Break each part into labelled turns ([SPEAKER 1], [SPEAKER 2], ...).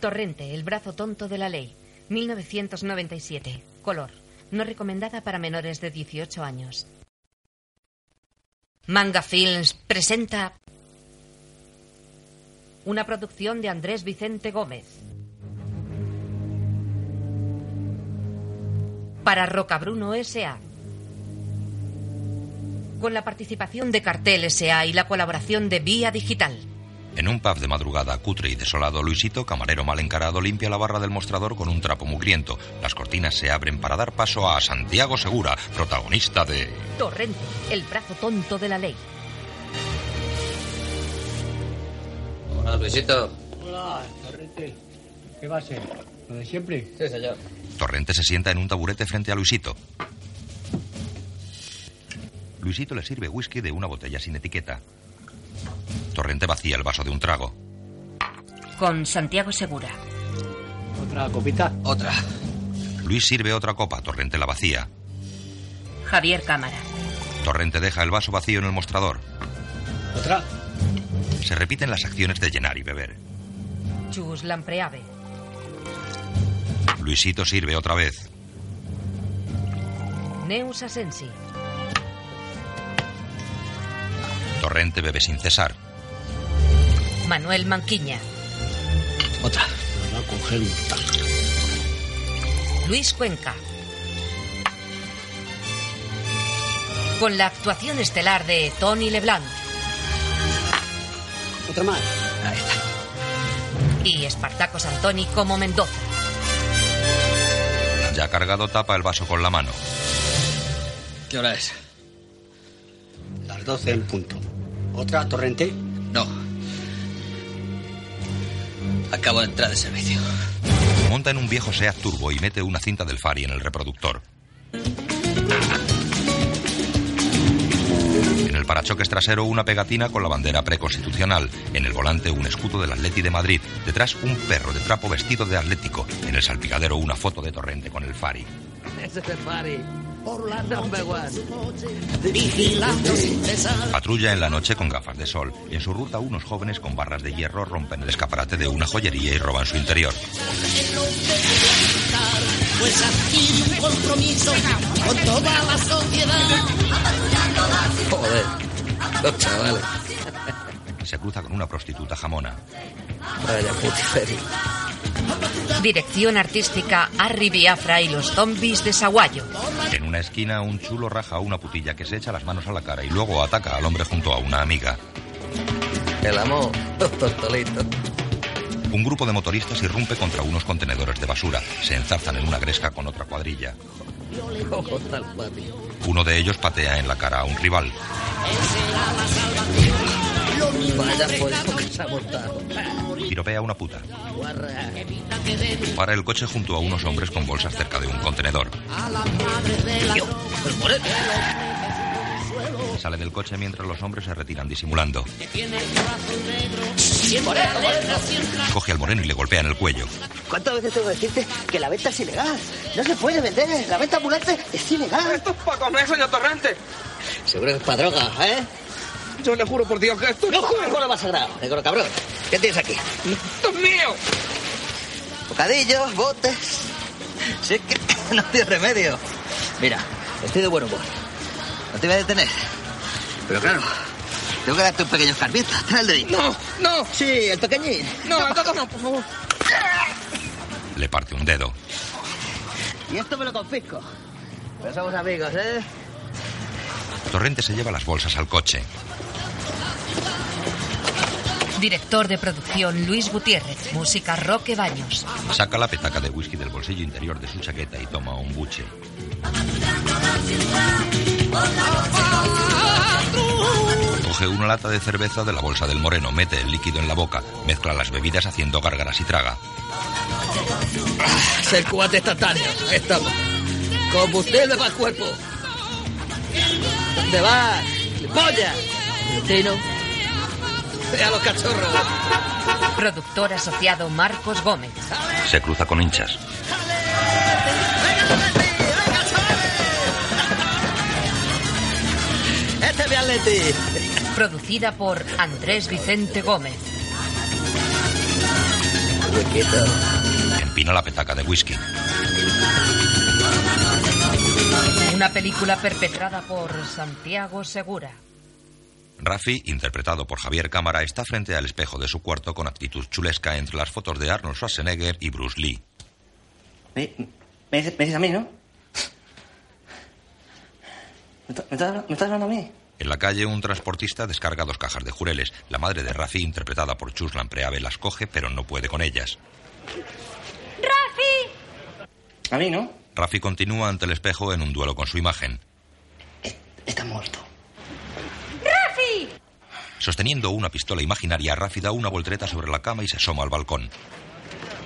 [SPEAKER 1] Torrente, el brazo tonto de la ley. 1997. Color. No recomendada para menores de 18 años. Manga Films presenta una producción de Andrés Vicente Gómez. Para Rocabruno S.A. Con la participación de Cartel S.A. y la colaboración de Vía Digital.
[SPEAKER 2] En un pub de madrugada cutre y desolado, Luisito, camarero mal encarado, limpia la barra del mostrador con un trapo mugriento. Las cortinas se abren para dar paso a Santiago Segura, protagonista de...
[SPEAKER 1] Torrente, el brazo tonto de la ley.
[SPEAKER 3] Hola, Luisito.
[SPEAKER 4] Hola, Torrente. ¿Qué va a ser? ¿Lo de siempre?
[SPEAKER 3] Sí, señor.
[SPEAKER 2] Torrente se sienta en un taburete frente a Luisito. Luisito le sirve whisky de una botella sin etiqueta. Torrente vacía el vaso de un trago.
[SPEAKER 1] Con Santiago Segura.
[SPEAKER 4] ¿Otra copita?
[SPEAKER 3] Otra.
[SPEAKER 2] Luis sirve otra copa, Torrente la vacía.
[SPEAKER 1] Javier Cámara.
[SPEAKER 2] Torrente deja el vaso vacío en el mostrador.
[SPEAKER 4] ¿Otra?
[SPEAKER 2] Se repiten las acciones de llenar y beber.
[SPEAKER 1] Chus Lampreave.
[SPEAKER 2] Luisito sirve otra vez.
[SPEAKER 1] Neus Asensi.
[SPEAKER 2] Torrente bebe sin cesar.
[SPEAKER 1] Manuel Manquiña.
[SPEAKER 3] Otra.
[SPEAKER 4] Me va a coger un tajo.
[SPEAKER 1] Luis Cuenca. Con la actuación estelar de Tony Leblanc
[SPEAKER 4] ¿Otra más?
[SPEAKER 3] Ahí está.
[SPEAKER 1] y Espartaco Santoni como Mendoza.
[SPEAKER 2] Ya cargado tapa el vaso con la mano.
[SPEAKER 3] ¿Qué hora es?
[SPEAKER 4] Las 12 en punto. ¿Otra, Torrente?
[SPEAKER 3] No. Acabo de entrar de servicio.
[SPEAKER 2] Monta en un viejo Seat Turbo y mete una cinta del Fari en el reproductor. En el parachoques trasero una pegatina con la bandera preconstitucional. En el volante un escudo del Atleti de Madrid. Detrás un perro de trapo vestido de atlético. En el salpicadero una foto de Torrente con el Fari.
[SPEAKER 3] Ese es el party. Por la number one.
[SPEAKER 2] Patrulla en la noche con gafas de sol. En su ruta unos jóvenes con barras de hierro rompen el escaparate de una joyería y roban su interior.
[SPEAKER 5] Pues adquiere un compromiso con toda la sociedad.
[SPEAKER 3] Joder. Los chavales.
[SPEAKER 2] Se cruza con una prostituta jamona.
[SPEAKER 3] Vaya putiferio.
[SPEAKER 1] Dirección artística Harry Biafra y los zombies de Saguayo.
[SPEAKER 2] En una esquina, un chulo raja a una putilla que se echa las manos a la cara y luego ataca al hombre junto a una amiga.
[SPEAKER 3] El amor. Los tortolitos.
[SPEAKER 2] Un grupo de motoristas irrumpe contra unos contenedores de basura. Se enzarzan en una gresca con otra cuadrilla.
[SPEAKER 3] Ojo tal patio.
[SPEAKER 2] Uno de ellos patea en la cara a un rival.
[SPEAKER 3] Vaya pollo que se ha montado.
[SPEAKER 2] Tiropea a una puta.
[SPEAKER 3] Guarra.
[SPEAKER 2] Para el coche junto a unos hombres con bolsas cerca de un contenedor.
[SPEAKER 3] Tío, pues ponete.
[SPEAKER 2] Sale del coche mientras los hombres se retiran disimulando. Coge al moreno y le golpea en el cuello.
[SPEAKER 6] ¿Cuántas veces tengo que decirte que la venta es ilegal? No se puede vender, la venta ambulante es ilegal.
[SPEAKER 7] Esto es para comer, señor Torrente.
[SPEAKER 3] Seguro que es para droga, ¿eh?
[SPEAKER 7] Yo le juro por Dios que esto
[SPEAKER 6] ¡No juegues con lo más sagrado!
[SPEAKER 3] Negro cabrón.
[SPEAKER 6] ¿Qué tienes aquí?
[SPEAKER 7] esto es mío.
[SPEAKER 6] Bocadillos, botes.
[SPEAKER 3] Si es que no tiene remedio. Mira, estoy de buen humor. No te voy a detener. Pero claro, tengo que darte un pequeño escarmiento. Trae el dedito.
[SPEAKER 7] No, no,
[SPEAKER 6] Sí, el pequeñín.
[SPEAKER 7] no, a todos no, por favor.
[SPEAKER 2] Le parte un dedo.
[SPEAKER 6] Y esto me lo confisco. Pero somos amigos, ¿eh?
[SPEAKER 2] Torrente se lleva las bolsas al coche.
[SPEAKER 1] Director de producción Luis Gutiérrez. Música Roque Baños.
[SPEAKER 2] Saca la petaca de whisky del bolsillo interior de su chaqueta y toma un buche. Coge una lata de cerveza de la bolsa del moreno, mete el líquido en la boca, mezcla las bebidas haciendo gárgaras y traga.
[SPEAKER 3] Es el cubate instantáneo. Ahí estamos. Combustible para el cuerpo. ¿Dónde vas? ¡Polla! Destino. Ve a los cachorros.
[SPEAKER 1] Productor asociado Marcos Gómez.
[SPEAKER 2] Se cruza con hinchas.
[SPEAKER 3] Este es mi Atleti.
[SPEAKER 1] Producida por Andrés Vicente Gómez.
[SPEAKER 6] muñequito.
[SPEAKER 2] Empina la petaca de whisky.
[SPEAKER 1] Una película perpetrada por Santiago Segura.
[SPEAKER 2] Rafi, interpretado por Javier Cámara, está frente al espejo de su cuarto con actitud chulesca entre las fotos de Arnold Schwarzenegger y Bruce Lee.
[SPEAKER 6] Me, me dices, me dices a mí, ¿no? ¿Me, está- me estás, habla- me estás hablando a mí?
[SPEAKER 2] En la calle, un transportista descarga dos cajas de jureles. La madre de Rafi, interpretada por Chuslan Preave, las coge, pero no puede con ellas.
[SPEAKER 8] ¡Rafi!
[SPEAKER 6] ¿A mí, no?
[SPEAKER 2] Rafi continúa ante el espejo en un duelo con su imagen.
[SPEAKER 6] Está muerto.
[SPEAKER 8] ¡Rafi!
[SPEAKER 2] Sosteniendo una pistola imaginaria, Rafi da una voltereta sobre la cama y se asoma al balcón.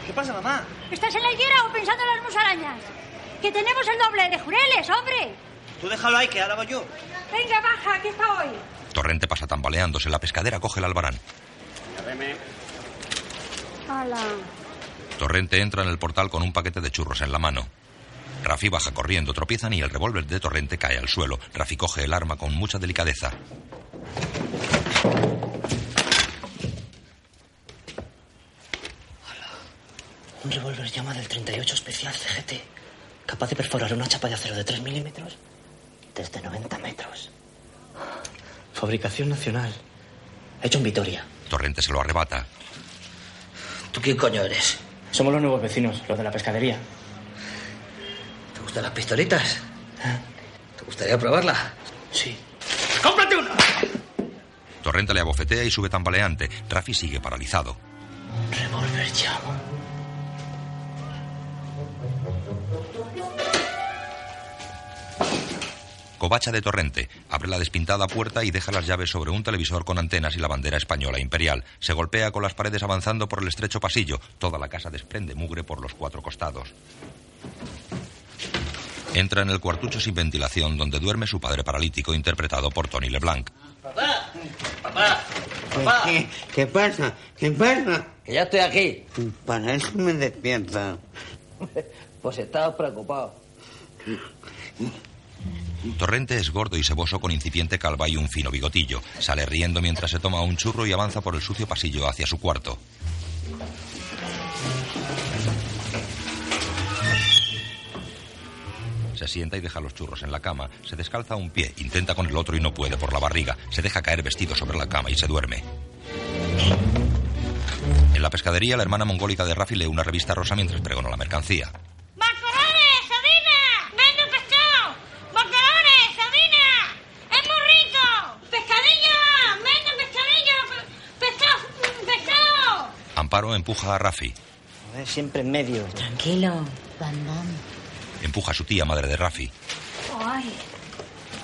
[SPEAKER 6] ¿Qué pasa, mamá?
[SPEAKER 8] ¿Estás en la higuera o pensando en las musarañas? ¡Que tenemos el doble de jureles, hombre!
[SPEAKER 6] Tú déjalo ahí, que ahora voy yo.
[SPEAKER 8] Venga, baja, que está hoy.
[SPEAKER 2] Torrente pasa tambaleándose, la pescadera coge el albarán.
[SPEAKER 8] ¡Hala!
[SPEAKER 2] Torrente entra en el portal con un paquete de churros en la mano. Rafi baja corriendo, tropiezan y el revólver de Torrente cae al suelo. Rafi coge el arma con mucha delicadeza.
[SPEAKER 6] Un revólver llama del 38 especial CGT, capaz de perforar una chapa de acero de 3 milímetros desde 90 metros. Fabricación nacional. Hecho en Vitoria.
[SPEAKER 2] Torrente se lo arrebata.
[SPEAKER 3] ¿Tú quién coño eres?
[SPEAKER 6] Somos los nuevos vecinos, los de la pescadería.
[SPEAKER 3] ¿Te gustan las pistolitas? ¿Te gustaría probarla?
[SPEAKER 6] ¿Eh? Sí.
[SPEAKER 3] ¡Cómprate una!
[SPEAKER 2] Torrente le abofetea y sube tambaleante. Rafi sigue paralizado.
[SPEAKER 6] Un revólver llama.
[SPEAKER 2] Covacha de Torrente abre la despintada puerta y deja las llaves sobre un televisor con antenas y la bandera española imperial. Se golpea con las paredes avanzando por el estrecho pasillo. Toda la casa desprende mugre por los cuatro costados. Entra en el cuartucho sin ventilación donde duerme su padre paralítico interpretado por Tony LeBlanc.
[SPEAKER 3] ¡Papá! ¡Papá! ¡Papá!
[SPEAKER 9] ¿Qué, qué pasa? ¿Qué pasa?
[SPEAKER 3] ¡Que ya estoy aquí!
[SPEAKER 9] Para eso me despierta.
[SPEAKER 3] Pues estabas preocupado.
[SPEAKER 2] Torrente es gordo y seboso con incipiente calva y un fino bigotillo. Sale riendo mientras se toma un churro y avanza por el sucio pasillo hacia su cuarto. Se sienta y deja los churros en la cama. Se descalza un pie, intenta con el otro y no puede por la barriga. Se deja caer vestido sobre la cama y se duerme. En la pescadería, la hermana mongólica de Rafi lee una revista rosa mientras pregona la mercancía.
[SPEAKER 8] ¡Macarones, sardina! ¡Vende un pescado! ¡Macarones, sardina! ¡Es muy rico! ¡Pescadilla! ¡Vende un pescadillo! ¡Pescado! mm, ¡Pescado!
[SPEAKER 2] Amparo empuja a Rafi.
[SPEAKER 6] Joder, siempre en medio.
[SPEAKER 10] Tranquilo, Bandán.
[SPEAKER 2] Empuja a su tía, madre de Rafi.
[SPEAKER 8] ¡Ay!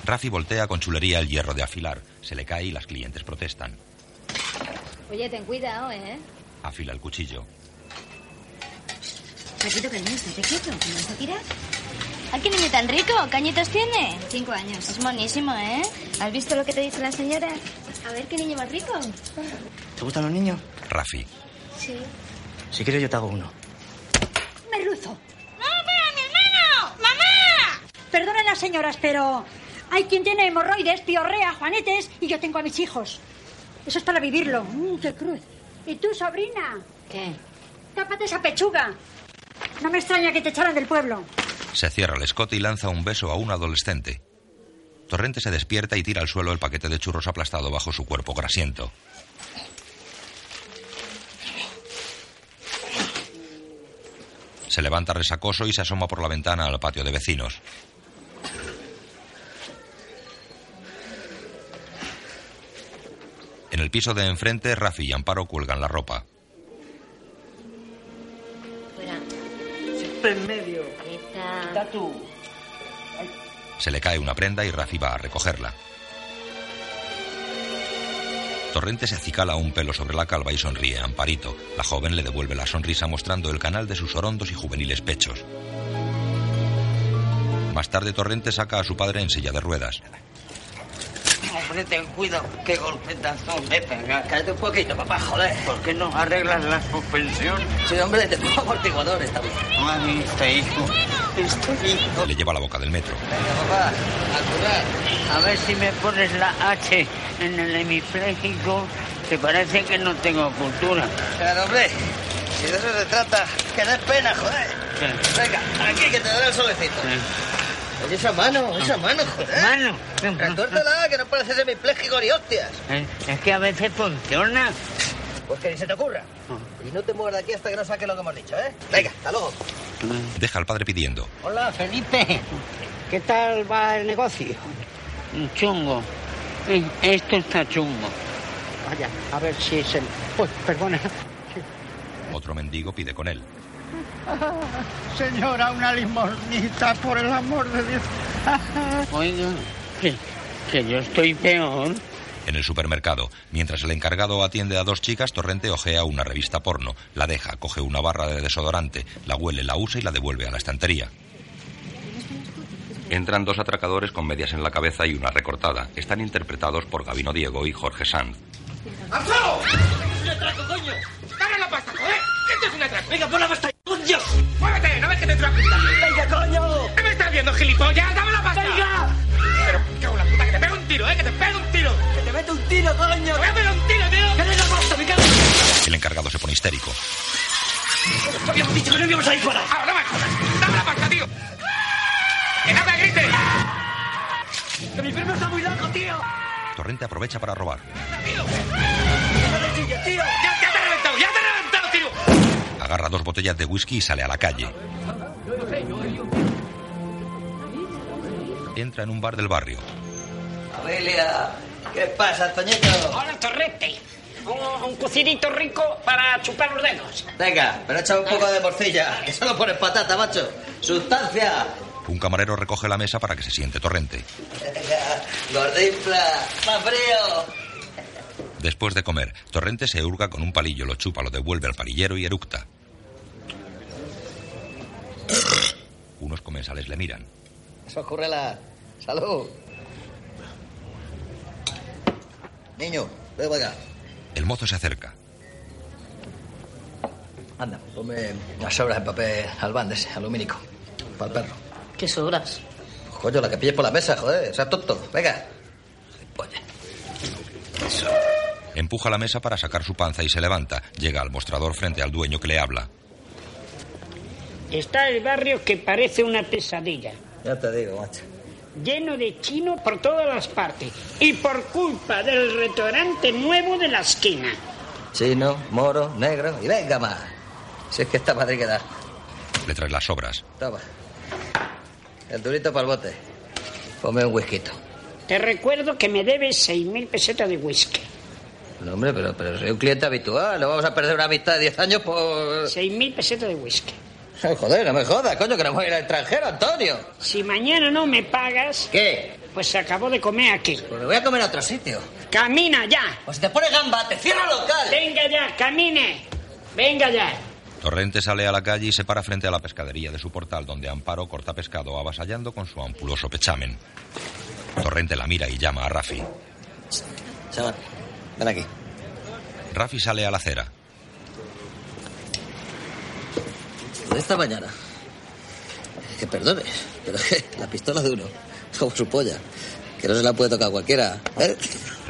[SPEAKER 2] Rafi voltea con chulería el hierro de afilar. Se le cae y las clientes protestan.
[SPEAKER 10] Oye, ten cuidado, ¿eh?
[SPEAKER 2] Afila el cuchillo.
[SPEAKER 10] Paquito cariño, estate quieto. ¿No vas a tirar? ¡Ay, qué niño tan rico! ¿Qué añitos tiene? Eh, Cinco años. Es monísimo, ¿eh? ¿Has visto lo que te dice la señora? A ver, ¿qué niño más rico?
[SPEAKER 6] ¿Te gustan los niños?
[SPEAKER 2] Rafi.
[SPEAKER 10] Sí.
[SPEAKER 6] Si quieres yo te hago uno.
[SPEAKER 8] ¡Me ruzo! ¡No, pero Ah, mi hermano! ¡Mamá! Perdonen las señoras, pero hay quien tiene hemorroides, piorrea, juanetes y yo tengo a mis hijos. Eso es para vivirlo. Mm, ¡Qué cruz! ¿Y tú, sobrina?
[SPEAKER 10] ¿Qué?
[SPEAKER 8] Tápate esa pechuga. No me extraña que te echaran del pueblo.
[SPEAKER 2] Se cierra el escote y lanza un beso a un adolescente. Torrente se despierta y tira al suelo el paquete de churros aplastado bajo su cuerpo grasiento. Se levanta resacoso y se asoma por la ventana al patio de vecinos. En el piso de enfrente, Rafi y Amparo cuelgan la ropa.
[SPEAKER 10] Fuera.
[SPEAKER 6] Siempre en medio.
[SPEAKER 10] Esta.
[SPEAKER 6] tú.
[SPEAKER 2] Se le cae una prenda y Rafi va a recogerla. Torrente se acicala un pelo sobre la calva y sonríe a Amparito. La joven le devuelve la sonrisa mostrando el canal de sus orondos y juveniles pechos. Más tarde Torrente saca a su padre en silla de ruedas.
[SPEAKER 9] Hombre, ten cuidado. Qué golpetazo me pegas.
[SPEAKER 3] Cállate un poquito, papá, joder.
[SPEAKER 9] ¿Por qué no arreglas la suspensión?
[SPEAKER 3] Soy hombre de poco amortiguador esta vez.
[SPEAKER 9] Ay, este hijo. Este hijo.
[SPEAKER 2] Le lleva a la boca del metro.
[SPEAKER 3] Venga, papá, a currar.
[SPEAKER 9] A ver si me pones la H en el hemipléjico. Que parece que no tengo cultura.
[SPEAKER 3] Claro, hombre. Si de eso se trata, que des pena, joder. Venga, aquí que te dará el solecito. Oye, esa mano, esa mano, joder.
[SPEAKER 9] Mano.
[SPEAKER 3] Recórtala, que no pareces semipléjico ni hostias.
[SPEAKER 9] Eh, Es que a veces funciona.
[SPEAKER 3] Pues que ni se te ocurra. Y no te muevas de aquí hasta que no saques lo que hemos dicho, ¿eh? Venga, hasta luego.
[SPEAKER 2] Deja al padre pidiendo.
[SPEAKER 9] Hola, Felipe. ¿Qué tal va el negocio? Chungo. Eh, Esto está chungo. Vaya, a ver si se... Uy, perdona.
[SPEAKER 2] Otro mendigo pide con él.
[SPEAKER 11] Señora, una limonita, por el amor de Dios.
[SPEAKER 9] Oiga, que, que yo estoy peor.
[SPEAKER 2] En el supermercado, mientras el encargado atiende a dos chicas, Torrente ojea una revista porno, la deja, coge una barra de desodorante, la huele, la usa y la devuelve a la estantería. Entran dos atracadores con medias en la cabeza y una recortada. Están interpretados por Gabino Diego y Jorge Sanz.
[SPEAKER 12] ¡Alzado! ¡Un atraco, coño! ¡Cara la pasta, joder! ¡Esto es un atraco! ¡Venga, pon la pasta! ¡Dios! ¡Muévete! ¡No ves que te estoy apuntando! ¡Venga, coño! ¿Qué me estás viendo, gilipollas? ¡Dame la pasta! ¡Venga! Pero, me cago en la puta, que te pego un tiro, ¿eh? ¡Que te pego un tiro! ¡Que te mete un tiro, coño! ¡Que te mete un tiro, tío! ¡Que le la pasta, me cago!
[SPEAKER 2] El encargado se pone histérico.
[SPEAKER 12] Habíamos dicho que no íbamos a ir fuera. Ahora no me jodas. Dame la pasta, tío. Que nada grite. Que mi primo está muy loco, tío.
[SPEAKER 2] Torrente aprovecha para robar.
[SPEAKER 12] tío. Ya, ya te he reventado, ya te he reventado, tío.
[SPEAKER 2] Agarra dos botellas de whisky y sale a la calle. Entra en un bar del barrio.
[SPEAKER 3] Abelia, ¿qué pasa, Toñito?
[SPEAKER 13] Hola, Torrete. Un, un cocidito rico para chupar los dedos.
[SPEAKER 3] Venga, pero echa un poco de morcilla, que solo pones patata, macho. ¡Sustancia!
[SPEAKER 2] Un camarero recoge la mesa para que se siente Torrente.
[SPEAKER 3] ¡Gordinfla! ¡Más frío!
[SPEAKER 2] Después de comer, Torrente se hurga con un palillo, lo chupa, lo devuelve al palillero y eructa. Unos comensales le miran.
[SPEAKER 3] Eso ocurre la... ¡Salud! Niño, ven para acá.
[SPEAKER 2] El mozo se acerca.
[SPEAKER 3] Anda, ponme las sobras de papel albán de ese, alumínico. Para el perro.
[SPEAKER 6] ¿Qué sobras?
[SPEAKER 3] Pues, coño, la que pille por la mesa, joder, sea tonto. Venga.
[SPEAKER 2] Empuja la mesa para sacar su panza y se levanta. Llega al mostrador frente al dueño que le habla.
[SPEAKER 13] Está el barrio que parece una pesadilla.
[SPEAKER 3] Ya te digo, macho.
[SPEAKER 13] Lleno de chino por todas las partes. Y por culpa del restaurante nuevo de la esquina.
[SPEAKER 3] Chino, moro, negro y venga más. Si es que esta madre que da.
[SPEAKER 2] Le trae las sobras.
[SPEAKER 3] Toma. El durito para el bote. Ponme un whisky.
[SPEAKER 13] Te recuerdo que me debes 6.000 pesetas de whisky.
[SPEAKER 3] No, hombre, pero, pero soy un cliente habitual. No vamos a perder una amistad de 10 años por...
[SPEAKER 13] 6.000 pesetas de whisky.
[SPEAKER 3] Ay, Joder, no me jodas, coño, que no voy a ir al extranjero, Antonio.
[SPEAKER 13] Si mañana no me pagas...
[SPEAKER 3] ¿Qué?
[SPEAKER 13] Pues se acabó de comer aquí.
[SPEAKER 3] Pues me voy a comer a otro sitio.
[SPEAKER 13] ¡Camina ya!
[SPEAKER 3] Pues te pone gamba, te cierra local.
[SPEAKER 13] Venga ya, camine. Venga ya.
[SPEAKER 2] Torrente sale a la calle y se para frente a la pescadería de su portal, donde Amparo corta pescado, avasallando con su ampuloso pechamen. Torrente la mira y llama a Rafi.
[SPEAKER 3] Chaval, ven aquí.
[SPEAKER 2] Rafi sale a la acera.
[SPEAKER 3] De esta mañana. Que perdone, pero que la pistola de uno. es Como su polla. Que no se la puede tocar cualquiera. ¿eh?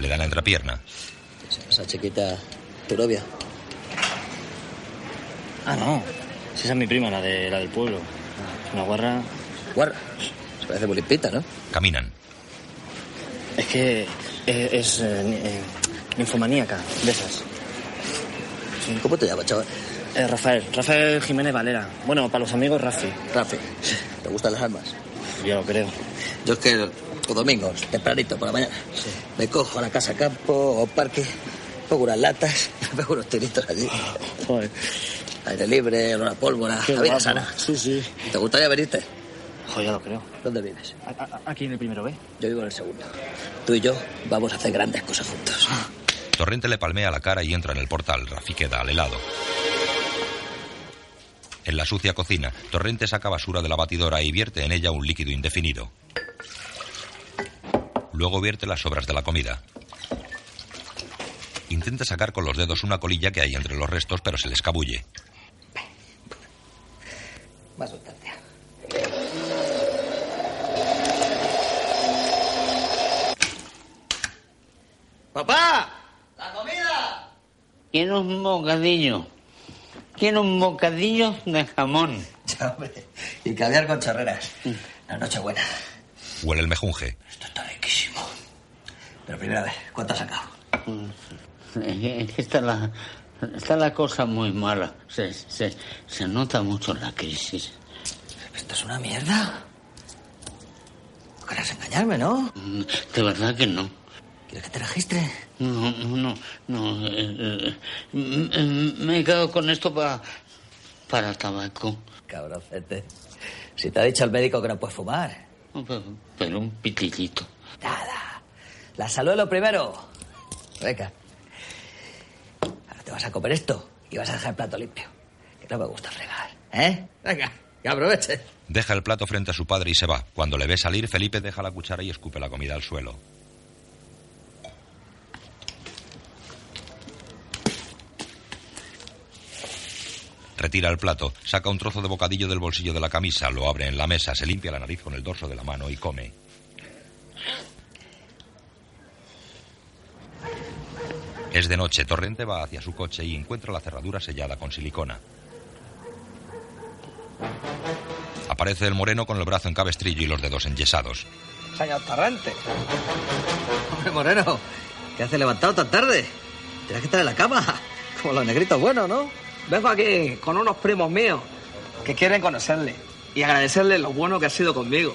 [SPEAKER 2] Le da la entrepierna.
[SPEAKER 3] Esa chiquita, tu novia.
[SPEAKER 6] Ah, no. Si esa es mi prima, la, de, la del pueblo. Es una guarra...
[SPEAKER 3] ¿Guarra? Se parece muy limpita, ¿no?
[SPEAKER 2] Caminan.
[SPEAKER 6] Es que eh, es eh, ni- eh, ninfomaníaca, de esas. Eh,
[SPEAKER 3] ¿Cómo te llamas, chaval?
[SPEAKER 6] Rafael, Rafael Jiménez Valera. Bueno, para los amigos, Rafi.
[SPEAKER 3] Rafi, ¿te gustan las armas?
[SPEAKER 6] Yo lo creo.
[SPEAKER 3] Yo es que los domingos, tempranito, por la mañana, me cojo a la casa campo o parque, pongo unas latas, pongo unos tiritos allí.
[SPEAKER 6] Joder.
[SPEAKER 3] Aire libre, olor a pólvora,
[SPEAKER 6] Qué
[SPEAKER 3] la vida
[SPEAKER 6] guapo.
[SPEAKER 3] sana.
[SPEAKER 6] Sí, sí.
[SPEAKER 3] ¿Te gustaría venirte?
[SPEAKER 6] Joder, ya lo creo.
[SPEAKER 3] ¿Dónde vives?
[SPEAKER 6] A- a- Aquí en el primero B.
[SPEAKER 3] Yo vivo en el segundo. Tú y yo vamos a hacer grandes cosas juntos.
[SPEAKER 6] Ah,
[SPEAKER 2] Torrente le palmea la cara y entra en el portal. Rafi queda al helado. En la sucia cocina, Torrente saca basura de la batidora y vierte en ella un líquido indefinido. Luego vierte las sobras de la comida. Intenta sacar con los dedos una colilla que hay entre los restos, pero se le escabulle.
[SPEAKER 3] Más sustancia.
[SPEAKER 13] ¡Papá!
[SPEAKER 3] ¡La comida!
[SPEAKER 9] Quiero un bocadillo. Quiero un bocadillo de jamón.
[SPEAKER 3] Y caviar con chorreras. La noche buena.
[SPEAKER 2] Huele el mejunje.
[SPEAKER 3] Pero primera vez, ¿cuánto has sacado?
[SPEAKER 9] Eh, eh, Está la, está la cosa muy mala. Se, se, se nota mucho la crisis.
[SPEAKER 3] Esto es una mierda. No querrás engañarme, ¿no?
[SPEAKER 9] Mm, De verdad que no.
[SPEAKER 3] ¿Quieres que te registre?
[SPEAKER 9] No, no, no. eh, eh, m- m- me he quedado con esto para, para tabaco.
[SPEAKER 3] Cabroncete. Si te ha dicho el médico que no puedes fumar.
[SPEAKER 9] Pero, pero un pitillito.
[SPEAKER 3] La salud es lo primero. Venga. Ahora te vas a comer esto y vas a dejar el plato limpio. Que no me gusta fregar. ¿Eh? Venga, que aproveche.
[SPEAKER 2] Deja el plato frente a su padre y se va. Cuando le ve salir, Felipe deja la cuchara y escupe la comida al suelo. Retira el plato, saca un trozo de bocadillo del bolsillo de la camisa, lo abre en la mesa, se limpia la nariz con el dorso de la mano y come. Es de noche, Torrente va hacia su coche y encuentra la cerradura sellada con silicona. Aparece el moreno con el brazo en cabestrillo y los dedos enyesados.
[SPEAKER 3] Señor Torrente. Hombre, Moreno, ¿qué hace levantado tan tarde? Tienes que estar en la cama, como los negritos buenos, ¿no?
[SPEAKER 14] Vengo aquí con unos primos míos que quieren conocerle y agradecerle lo bueno que ha sido conmigo.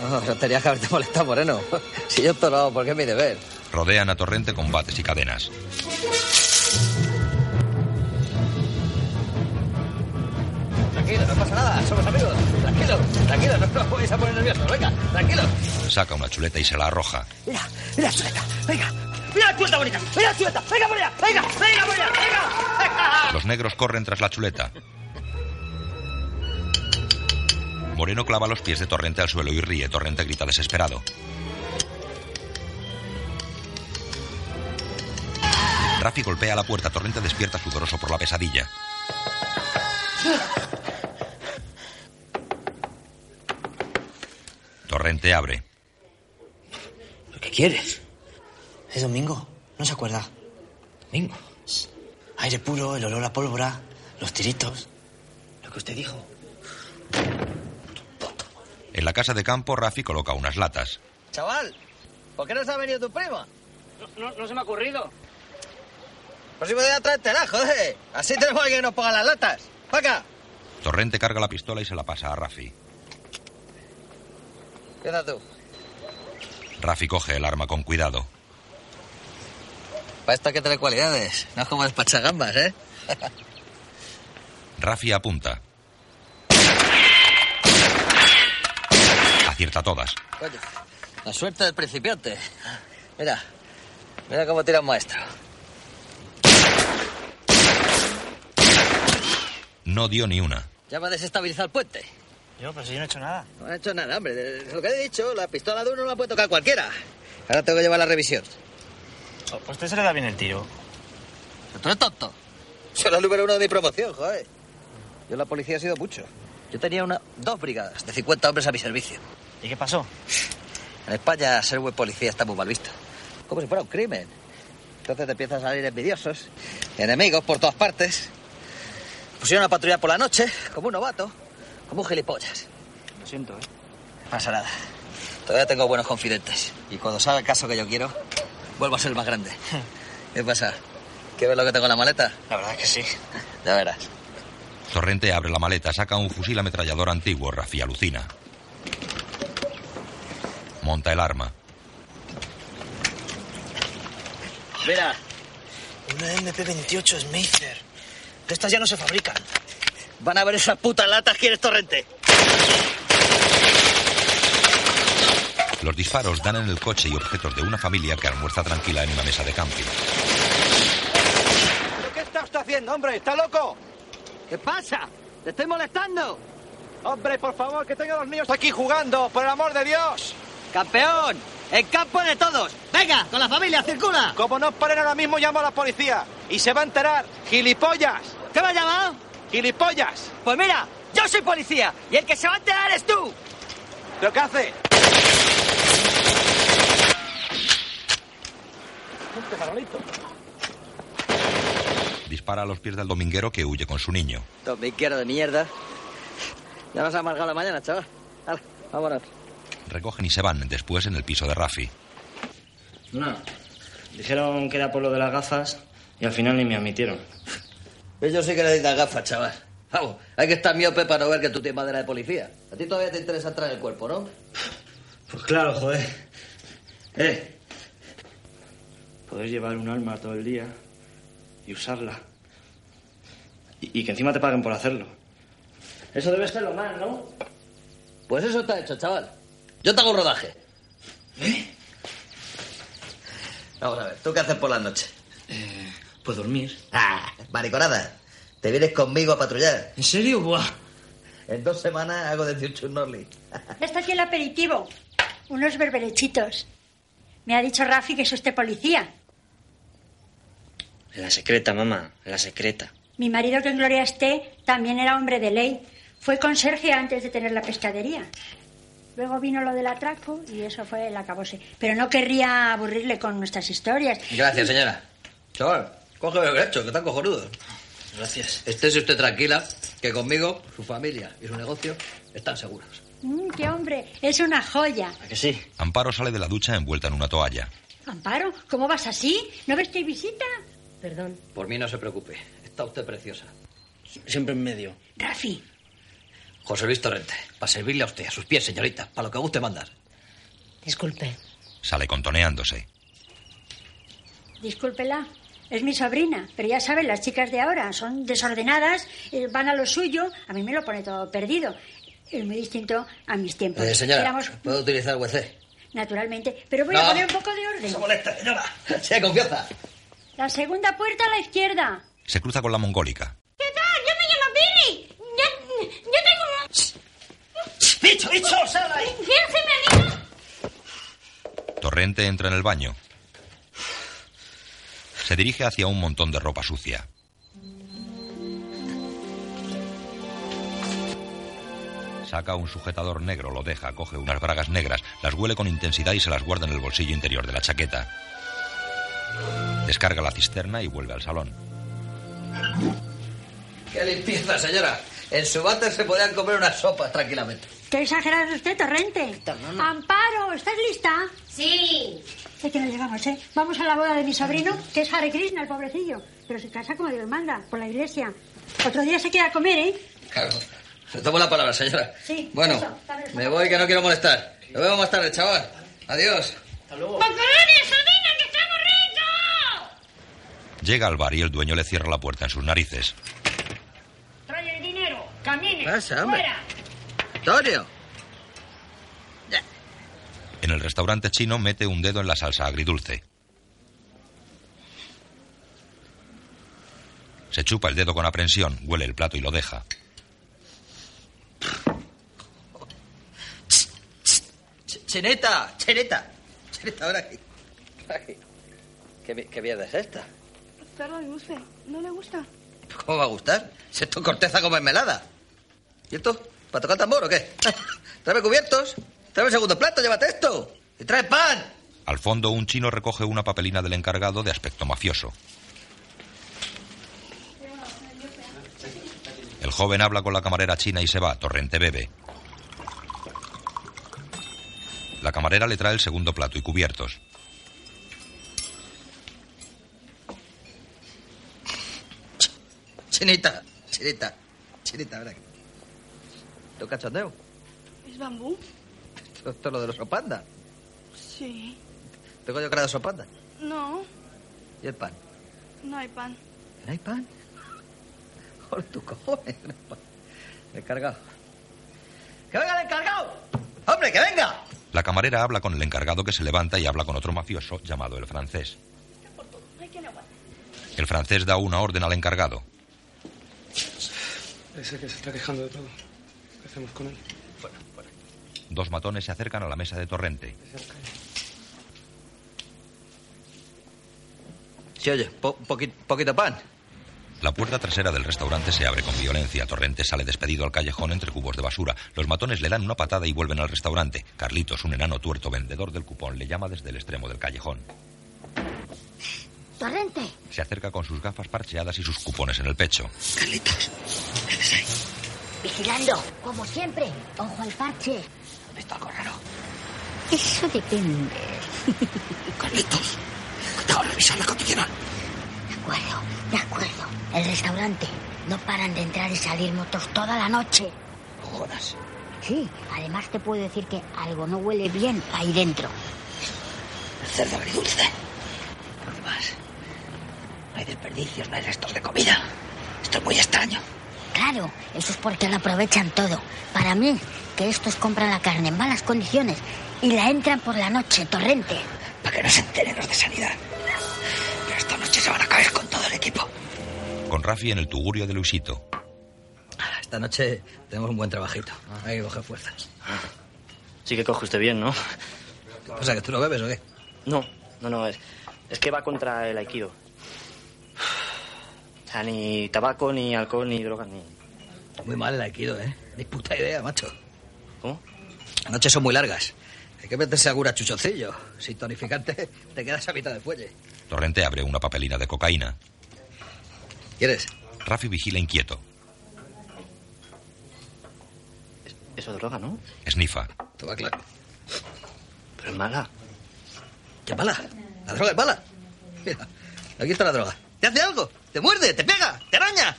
[SPEAKER 3] No, no tenías que haberte molestado, Moreno. Si yo te lo hago porque es mi deber.
[SPEAKER 2] Rodean a Torrente con bates y cadenas.
[SPEAKER 3] Tranquilo, no pasa nada, somos amigos. Tranquilo, tranquilo, no os vais a poner nerviosos. Venga, tranquilo.
[SPEAKER 2] Saca una chuleta y se la arroja.
[SPEAKER 3] Mira, mira la chuleta, venga. Mira la chuleta bonita, mira la chuleta, venga por allá, venga, venga por allá, venga.
[SPEAKER 2] Los negros corren tras la chuleta. Moreno clava los pies de Torrente al suelo y ríe. Torrente grita desesperado. Rafi golpea la puerta. Torrente despierta sudoroso por la pesadilla. Torrente abre.
[SPEAKER 6] ¿Qué quieres? Es domingo, no se acuerda. ¿Domingo? Aire puro, el olor a pólvora, los tiritos. Lo que usted dijo.
[SPEAKER 2] En la casa de campo, Rafi coloca unas latas.
[SPEAKER 3] Chaval, ¿por qué no se ha venido tu prima?
[SPEAKER 15] No, no se me ha ocurrido.
[SPEAKER 3] Pues si podría traértela, joder. Así tenemos a alguien que nos ponga las latas. Vaca,
[SPEAKER 2] Torrente carga la pistola y se la pasa a Rafi.
[SPEAKER 3] ¿qué tal tú?
[SPEAKER 2] Rafi coge el arma con cuidado.
[SPEAKER 3] Para esto hay que tener cualidades. No es como despachar gambas, ¿eh?
[SPEAKER 2] Rafi apunta. Acierta todas.
[SPEAKER 3] Coño, la suerte del principiante. Mira, mira cómo tira un maestro.
[SPEAKER 2] No dio ni una.
[SPEAKER 3] Ya va a desestabilizar el puente.
[SPEAKER 6] Yo,
[SPEAKER 15] pues
[SPEAKER 6] pero si yo no he hecho nada.
[SPEAKER 3] No han hecho nada, hombre. De- de Lo que he dicho, la pistola de uno no la puede tocar cualquiera. Ahora tengo que llevar la revisión.
[SPEAKER 6] Pues usted se le da bien el tiro.
[SPEAKER 3] ¿Tú eres tonto? Soy la número uno de mi promoción, joder. Yo en la policía he sido mucho. Yo tenía una, dos brigadas de 50 hombres a mi servicio.
[SPEAKER 6] ¿Y qué pasó?
[SPEAKER 3] En España ser buen policía está muy mal visto. Como si fuera un crimen. Entonces te empiezan a salir envidiosos, enemigos por todas partes. Pusieron a patrullar por la noche, como un novato, como un gilipollas.
[SPEAKER 6] Lo siento, ¿eh?
[SPEAKER 3] No pasa nada. Todavía tengo buenos confidentes. Y cuando salga el caso que yo quiero, vuelvo a ser el más grande. ¿Qué pasa? ¿Quieres ver lo que tengo en la maleta?
[SPEAKER 6] La verdad es que sí.
[SPEAKER 3] Ya verás.
[SPEAKER 2] Torrente abre la maleta, saca un fusil ametrallador antiguo. Rafi alucina. Monta el arma.
[SPEAKER 3] Mira,
[SPEAKER 6] Una MP28 Smither. De estas ya no se fabrican.
[SPEAKER 3] van a ver esas putas latas, ¿quieres torrente?
[SPEAKER 2] Los disparos dan en el coche y objetos de una familia que almuerza tranquila en una mesa de camping.
[SPEAKER 14] ¿Pero qué está usted haciendo, hombre? ¿Está loco? ¿Qué pasa? ¡Le estoy molestando! Hombre, por favor, que tengo a los niños aquí jugando, por el amor de Dios. ¡Campeón! ¡El campo de todos! ¡Venga, con la familia, circula! Como no paren ahora mismo, llamo a la policía. Y se va a enterar. ¡Gilipollas! ¿Qué me ha llamado? ¡Gilipollas! Pues mira, yo soy policía y el que se va a enterar es tú. ¿Pero qué hace?
[SPEAKER 2] Dispara a los pies del dominguero que huye con su niño.
[SPEAKER 3] Dominguero de mierda. Ya nos ha amargado la mañana, chaval. Hala, vámonos.
[SPEAKER 2] Recogen y se van, después en el piso de Rafi.
[SPEAKER 6] No. Dijeron que era por lo de las gafas y al final ni me admitieron.
[SPEAKER 3] Pues Yo sí que necesitas gafas, chaval. Vamos, hay que estar miope para no ver que tú tienes madera de policía. A ti todavía te interesa entrar en el cuerpo, ¿no?
[SPEAKER 6] Pues claro, joder. Eh. Poder llevar un arma todo el día y usarla. Y, y que encima te paguen por hacerlo. Eso debe ser lo más, ¿no?
[SPEAKER 3] Pues eso está hecho, chaval. Yo te hago un rodaje. ¿Eh?
[SPEAKER 6] ¿Eh?
[SPEAKER 3] Vamos a ver, ¿tú qué haces por las noches?
[SPEAKER 6] pues dormir.
[SPEAKER 3] Ah, mariconada. Te vienes conmigo a patrullar.
[SPEAKER 6] ¿En serio? Buah.
[SPEAKER 3] En dos semanas hago de Future Norley.
[SPEAKER 8] Está aquí el aperitivo. Unos berberechitos. Me ha dicho Rafi que es usted policía.
[SPEAKER 6] La secreta, mamá. La secreta.
[SPEAKER 8] Mi marido, que en gloria esté, también era hombre de ley. Fue conserje antes de tener la pescadería. Luego vino lo del atraco y eso fue el acabose. Pero no querría aburrirle con nuestras historias.
[SPEAKER 3] Gracias, señora. Chaval, coge el derecho, que están cojonudos.
[SPEAKER 6] Gracias.
[SPEAKER 3] Estése usted tranquila, que conmigo, su familia y su negocio están seguros.
[SPEAKER 8] Mm, ¡Qué hombre! Es una joya.
[SPEAKER 6] que sí?
[SPEAKER 2] Amparo sale de la ducha envuelta en una toalla.
[SPEAKER 8] Amparo, ¿cómo vas así? ¿No ves que hay visita? Perdón.
[SPEAKER 3] Por mí no se preocupe, está usted preciosa.
[SPEAKER 6] Siempre en medio.
[SPEAKER 8] Rafi,
[SPEAKER 3] José Luis Torrente, para servirle a usted, a sus pies, señorita, para lo que guste mandar.
[SPEAKER 2] Disculpe. Sale contoneándose.
[SPEAKER 8] discúlpela. Es mi sobrina, pero ya saben, las chicas de ahora son desordenadas, eh, van a lo suyo, a mí me lo pone todo perdido. Es muy distinto a mis tiempos.
[SPEAKER 3] Eh, señora,
[SPEAKER 8] Éramos,
[SPEAKER 3] ¿puedo utilizar WC?
[SPEAKER 8] naturalmente, pero voy a
[SPEAKER 3] No.
[SPEAKER 8] poner un poco de orden.
[SPEAKER 3] molesta, señora. Sea confianza.
[SPEAKER 8] La segunda puerta a la izquierda.
[SPEAKER 2] Se cruza con la mongólica.
[SPEAKER 5] ¿Qué tal? Yo me llamo Billy. Yo, yo tengo un...
[SPEAKER 3] ¡Bicho, bicho!
[SPEAKER 15] Oh,
[SPEAKER 3] ¡Sal ahí!
[SPEAKER 5] ¡Virgen María!
[SPEAKER 2] Torrente entra en el baño. Se dirige hacia un montón de ropa sucia. Saca un sujetador negro, lo deja, coge unas bragas negras, las huele con intensidad y se las guarda en el bolsillo interior de la chaqueta. Descarga la cisterna y vuelve al salón.
[SPEAKER 3] ¡Qué limpieza, señora! En su váter se podían comer unas sopas tranquilamente.
[SPEAKER 8] ¿Qué exagerado usted, Torrente? Amparo, ¿estás lista? Sí. Sé que no llegamos, ¿eh? Vamos a la boda de mi sobrino, que es Hare Krishna, el pobrecillo. Pero se casa como Dios manda, por la iglesia. Otro día se queda a comer, ¿eh?
[SPEAKER 3] Claro. Le tomo la palabra, señora.
[SPEAKER 8] Sí,
[SPEAKER 3] Bueno,
[SPEAKER 8] eso, dame el
[SPEAKER 3] me voy que no quiero molestar. Nos vemos más tarde, chaval. Adiós.
[SPEAKER 5] ¡Macaroni, Sabina, que estamos ricos!
[SPEAKER 2] Llega al bar y el dueño le cierra la puerta en sus narices.
[SPEAKER 15] Trae el dinero, camine.
[SPEAKER 2] Pasa, hombre.
[SPEAKER 15] fuera.
[SPEAKER 3] ¡Antonio!
[SPEAKER 2] En el restaurante chino mete un dedo en la salsa agridulce. Se chupa el dedo con aprensión, huele el plato y lo deja.
[SPEAKER 3] Ch- ¡Chinita! ¡Chinita! ¡Chinita, ahora aquí! Aquí. ¿Qué, mi- ¿Qué mierda es esta?
[SPEAKER 16] Carla le gusta. ¿No le gusta?
[SPEAKER 3] ¿Cómo va a gustar? Si esto es corteza con mermelada. ¿Y esto? ¿Para tocar tambor o qué? Tráeme cubiertos, tráeme el segundo plato, llévate esto. Y trae pan.
[SPEAKER 2] Al fondo, un chino recoge una papelina del encargado de aspecto mafioso. El joven habla con la camarera china y se va. Torrente bebe. La camarera le trae el segundo plato y cubiertos.
[SPEAKER 3] Chinita, chinita, chinita, ven aquí. ¿Tú cachondeo?
[SPEAKER 16] ¿Es bambú?
[SPEAKER 3] Esto esto es lo de los sopandas.
[SPEAKER 16] Sí.
[SPEAKER 3] Tengo yo cara de sopandas.
[SPEAKER 16] No,
[SPEAKER 3] ¿Y el pan?
[SPEAKER 16] no hay pan.
[SPEAKER 3] ¿No hay pan? Joder, tus cojones. no hay pan. Me he cargado. ¡Que venga el encargado! ¡Hombre, que venga!
[SPEAKER 2] La camarera habla con el encargado que se levanta y habla con otro mafioso llamado el francés.
[SPEAKER 16] No hay quien aguante.
[SPEAKER 2] El francés da una orden al encargado.
[SPEAKER 12] Ese que se está quejando de todo. ¿Qué hacemos con él?
[SPEAKER 2] Dos matones se acercan a la mesa de Torrente.
[SPEAKER 3] Sí, oye, po- poqui- poquito pan.
[SPEAKER 2] La puerta trasera del restaurante se abre con violencia. Torrente sale despedido al callejón entre cubos de basura. Los matones le dan una patada y vuelven al restaurante. Carlitos, un enano tuerto vendedor del cupón, le llama desde el extremo del callejón.
[SPEAKER 16] Torrente,
[SPEAKER 2] Se acerca con sus gafas parcheadas y sus cupones en el pecho.
[SPEAKER 17] Vigilando, como siempre. Ojo al parche.
[SPEAKER 18] Está algo raro.
[SPEAKER 17] Eso depende. Carlitos,
[SPEAKER 18] cuidado, revisar la condicional.
[SPEAKER 17] De acuerdo, de acuerdo. El restaurante. No paran de entrar y salir motos toda la noche.
[SPEAKER 18] Jodas.
[SPEAKER 17] Sí, además te puedo decir que algo no huele bien ahí dentro.
[SPEAKER 18] El cerdo agridulce. Por más. No hay desperdicios, no hay restos de comida. Esto es muy extraño.
[SPEAKER 17] Claro, eso es porque lo aprovechan todo. Para mí, que estos compran la carne en malas condiciones y la entran por la noche, torrente.
[SPEAKER 18] Para que no se enteren los de sanidad. Pero esta noche se van a caer con todo el equipo.
[SPEAKER 2] Con Rafi en el tugurio de Luisito.
[SPEAKER 3] Ah, Esta noche tenemos un buen trabajito. Hay que coger fuerzas.
[SPEAKER 6] Sí que coge usted bien, ¿no?
[SPEAKER 3] ¿Qué pasa, que tú no bebes o qué?
[SPEAKER 6] No, no, no, es, es que va contra el aikido. O sea, ni tabaco, ni alcohol, ni drogas, ni...
[SPEAKER 3] Muy mal el aikido, ¿eh? Ni puta idea, macho.
[SPEAKER 6] ¿Cómo?
[SPEAKER 3] Las noches son muy largas. Hay que meterse alguna chuchoncillo. Sin tonificante te quedas a mitad de fuelle.
[SPEAKER 2] Torrente abre una papelina de cocaína.
[SPEAKER 3] ¿Quieres?
[SPEAKER 2] Rafi vigila inquieto.
[SPEAKER 6] Eso es droga, ¿no?
[SPEAKER 2] Snifa.
[SPEAKER 3] Toma claro.
[SPEAKER 6] Pero es mala.
[SPEAKER 3] ¿Qué mala? La droga es mala. Mira, aquí está la droga. ¿Te hace algo? ¿Te muerde? ¿Te pega? ¿Te araña?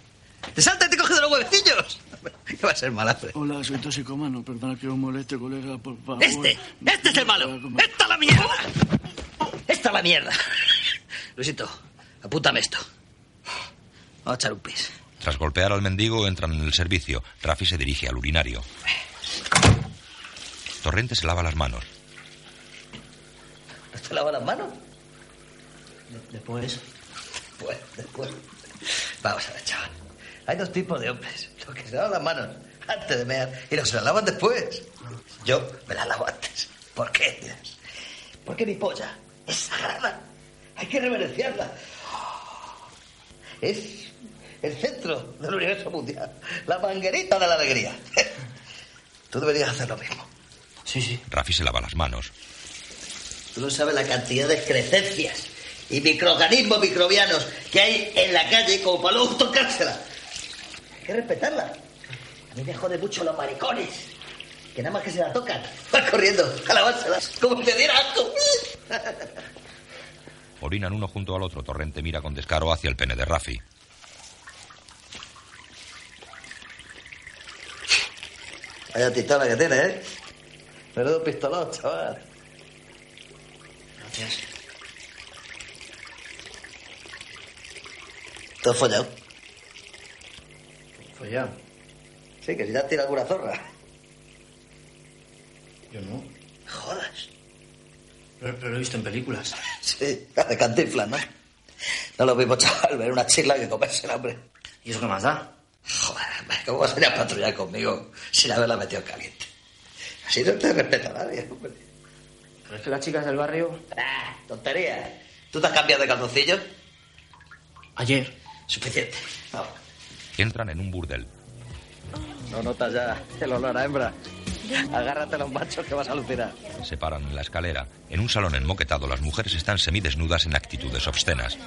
[SPEAKER 3] ¿Te salta y te coge de los huevecillos? ¿Qué va a ser mala, Fred?
[SPEAKER 19] Hola, soy toxicomano. Perdona que os moleste, colega, por favor.
[SPEAKER 3] ¡Este! ¡Este es el malo! ¡Esta la mierda! ¡Esta la mierda! Luisito, apúntame esto. Vamos a echar un pis.
[SPEAKER 2] Tras golpear al mendigo, entran en el servicio. Rafi se dirige al urinario. Torrente se lava las manos.
[SPEAKER 3] ¿No te lava las manos?
[SPEAKER 6] Después.
[SPEAKER 3] Pues, después. Vamos a ver, chaval. Hay dos tipos de hombres. Los que se lavan las manos antes de mear y los que se las lavan después. Yo me las lavo antes. ¿Por qué? dirás? Porque mi polla es sagrada. Hay que reverenciarla. Es el centro del universo mundial. La manguerita de la alegría. Tú deberías hacer lo mismo.
[SPEAKER 6] Sí, sí.
[SPEAKER 2] Rafi se lava las manos.
[SPEAKER 3] Tú no sabes la cantidad de crecencias y microorganismos microbianos que hay en la calle como para luego tocársela. Hay que respetarla. A mí me jode mucho los maricones, que nada más que se la tocan, van corriendo a lavárselas como si te diera asco.
[SPEAKER 2] Orinan uno junto al otro. Torrente mira con descaro hacia el pene de Rafi.
[SPEAKER 3] Vaya titana que tiene, ¿eh? Menudo pistolón, chaval.
[SPEAKER 6] Gracias.
[SPEAKER 3] ¿Te has follado?
[SPEAKER 6] Follado.
[SPEAKER 3] Sí, que si te has tirado alguna zorra.
[SPEAKER 6] Yo no.
[SPEAKER 3] Jodas.
[SPEAKER 6] Pero, pero lo he visto en películas.
[SPEAKER 3] Sí, la de cantinflas, ¿no? No lo mismo, chaval, ver una chila que comerse el hambre.
[SPEAKER 6] ¿Y eso qué más da?
[SPEAKER 3] Joder, hombre, ¿cómo vas a ir a patrullar conmigo sin haberla metido en caliente? Así no te respeta nadie, hombre.
[SPEAKER 6] ¿Pero es que las chicas del barrio?
[SPEAKER 3] Ah, tontería. ¿Tú te has cambiado de calzoncillo?
[SPEAKER 6] Ayer.
[SPEAKER 3] Suficiente. Vamos.
[SPEAKER 2] Entran en un burdel.
[SPEAKER 3] No notas ya el olor a hembra. Agárrate a los machos que vas a alucinar.
[SPEAKER 2] Se paran en la escalera. En un salón enmoquetado, las mujeres están semidesnudas en actitudes obscenas.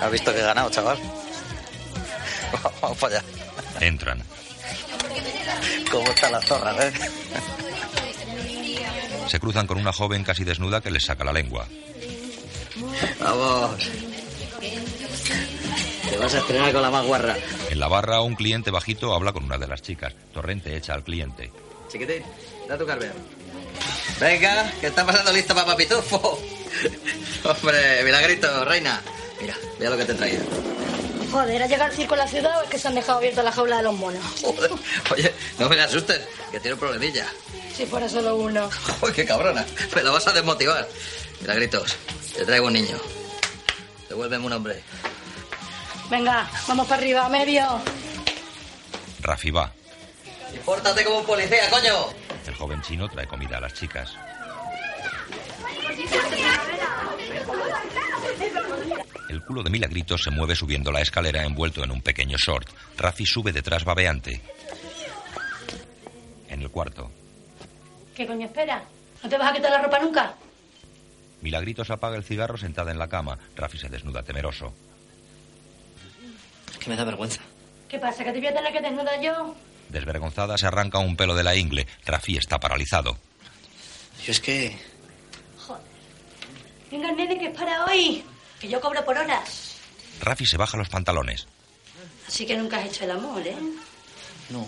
[SPEAKER 3] ¿Has visto que he ganado, chaval? Vamos para allá.
[SPEAKER 2] Entran.
[SPEAKER 3] ¿Cómo están las zorras, eh?
[SPEAKER 2] Se cruzan con una joven casi desnuda que les saca la lengua.
[SPEAKER 3] Vamos. Te vas a estrenar con la más guarra.
[SPEAKER 2] En la barra, un cliente bajito habla con una de las chicas. Torrente echa al cliente.
[SPEAKER 3] Chiquitín, da tu carvea. Venga, que está pasando lista para papitufo. Hombre, milagrito, reina. Mira, mira lo que te he traído.
[SPEAKER 20] Joder, ¿ha llegado el circo a la ciudad o es que se han dejado abierta la jaula de los monos?
[SPEAKER 3] Joder, oye, no me asustes, que tiene un problemilla.
[SPEAKER 20] Si fuera solo uno.
[SPEAKER 3] Joder, qué cabrona, me la vas a desmotivar. Milagritos, te traigo un niño. Devuélveme un hombre.
[SPEAKER 20] Venga, vamos para arriba, medio.
[SPEAKER 2] Rafi va.
[SPEAKER 3] Y Pórtate como un policía, coño.
[SPEAKER 2] El joven chino trae comida a las chicas. El culo de Milagrito se mueve subiendo la escalera envuelto en un pequeño short. Rafi sube detrás babeante. En el cuarto,
[SPEAKER 20] ¿Qué coño espera? ¿No te vas a quitar la ropa nunca?
[SPEAKER 2] Milagritos apaga el cigarro sentada en la cama. Rafi se desnuda temeroso.
[SPEAKER 6] Es que me da vergüenza.
[SPEAKER 20] ¿Qué pasa? ¿Que te voy a tener que desnudar yo?
[SPEAKER 2] Desvergonzada se arranca un pelo de la ingle. Rafi está paralizado.
[SPEAKER 6] Yo es que...
[SPEAKER 20] Venga, nene, que es para hoy. Que yo cobro por horas.
[SPEAKER 2] Rafi se baja los pantalones.
[SPEAKER 20] Así que nunca has hecho el amor, ¿eh?
[SPEAKER 6] No.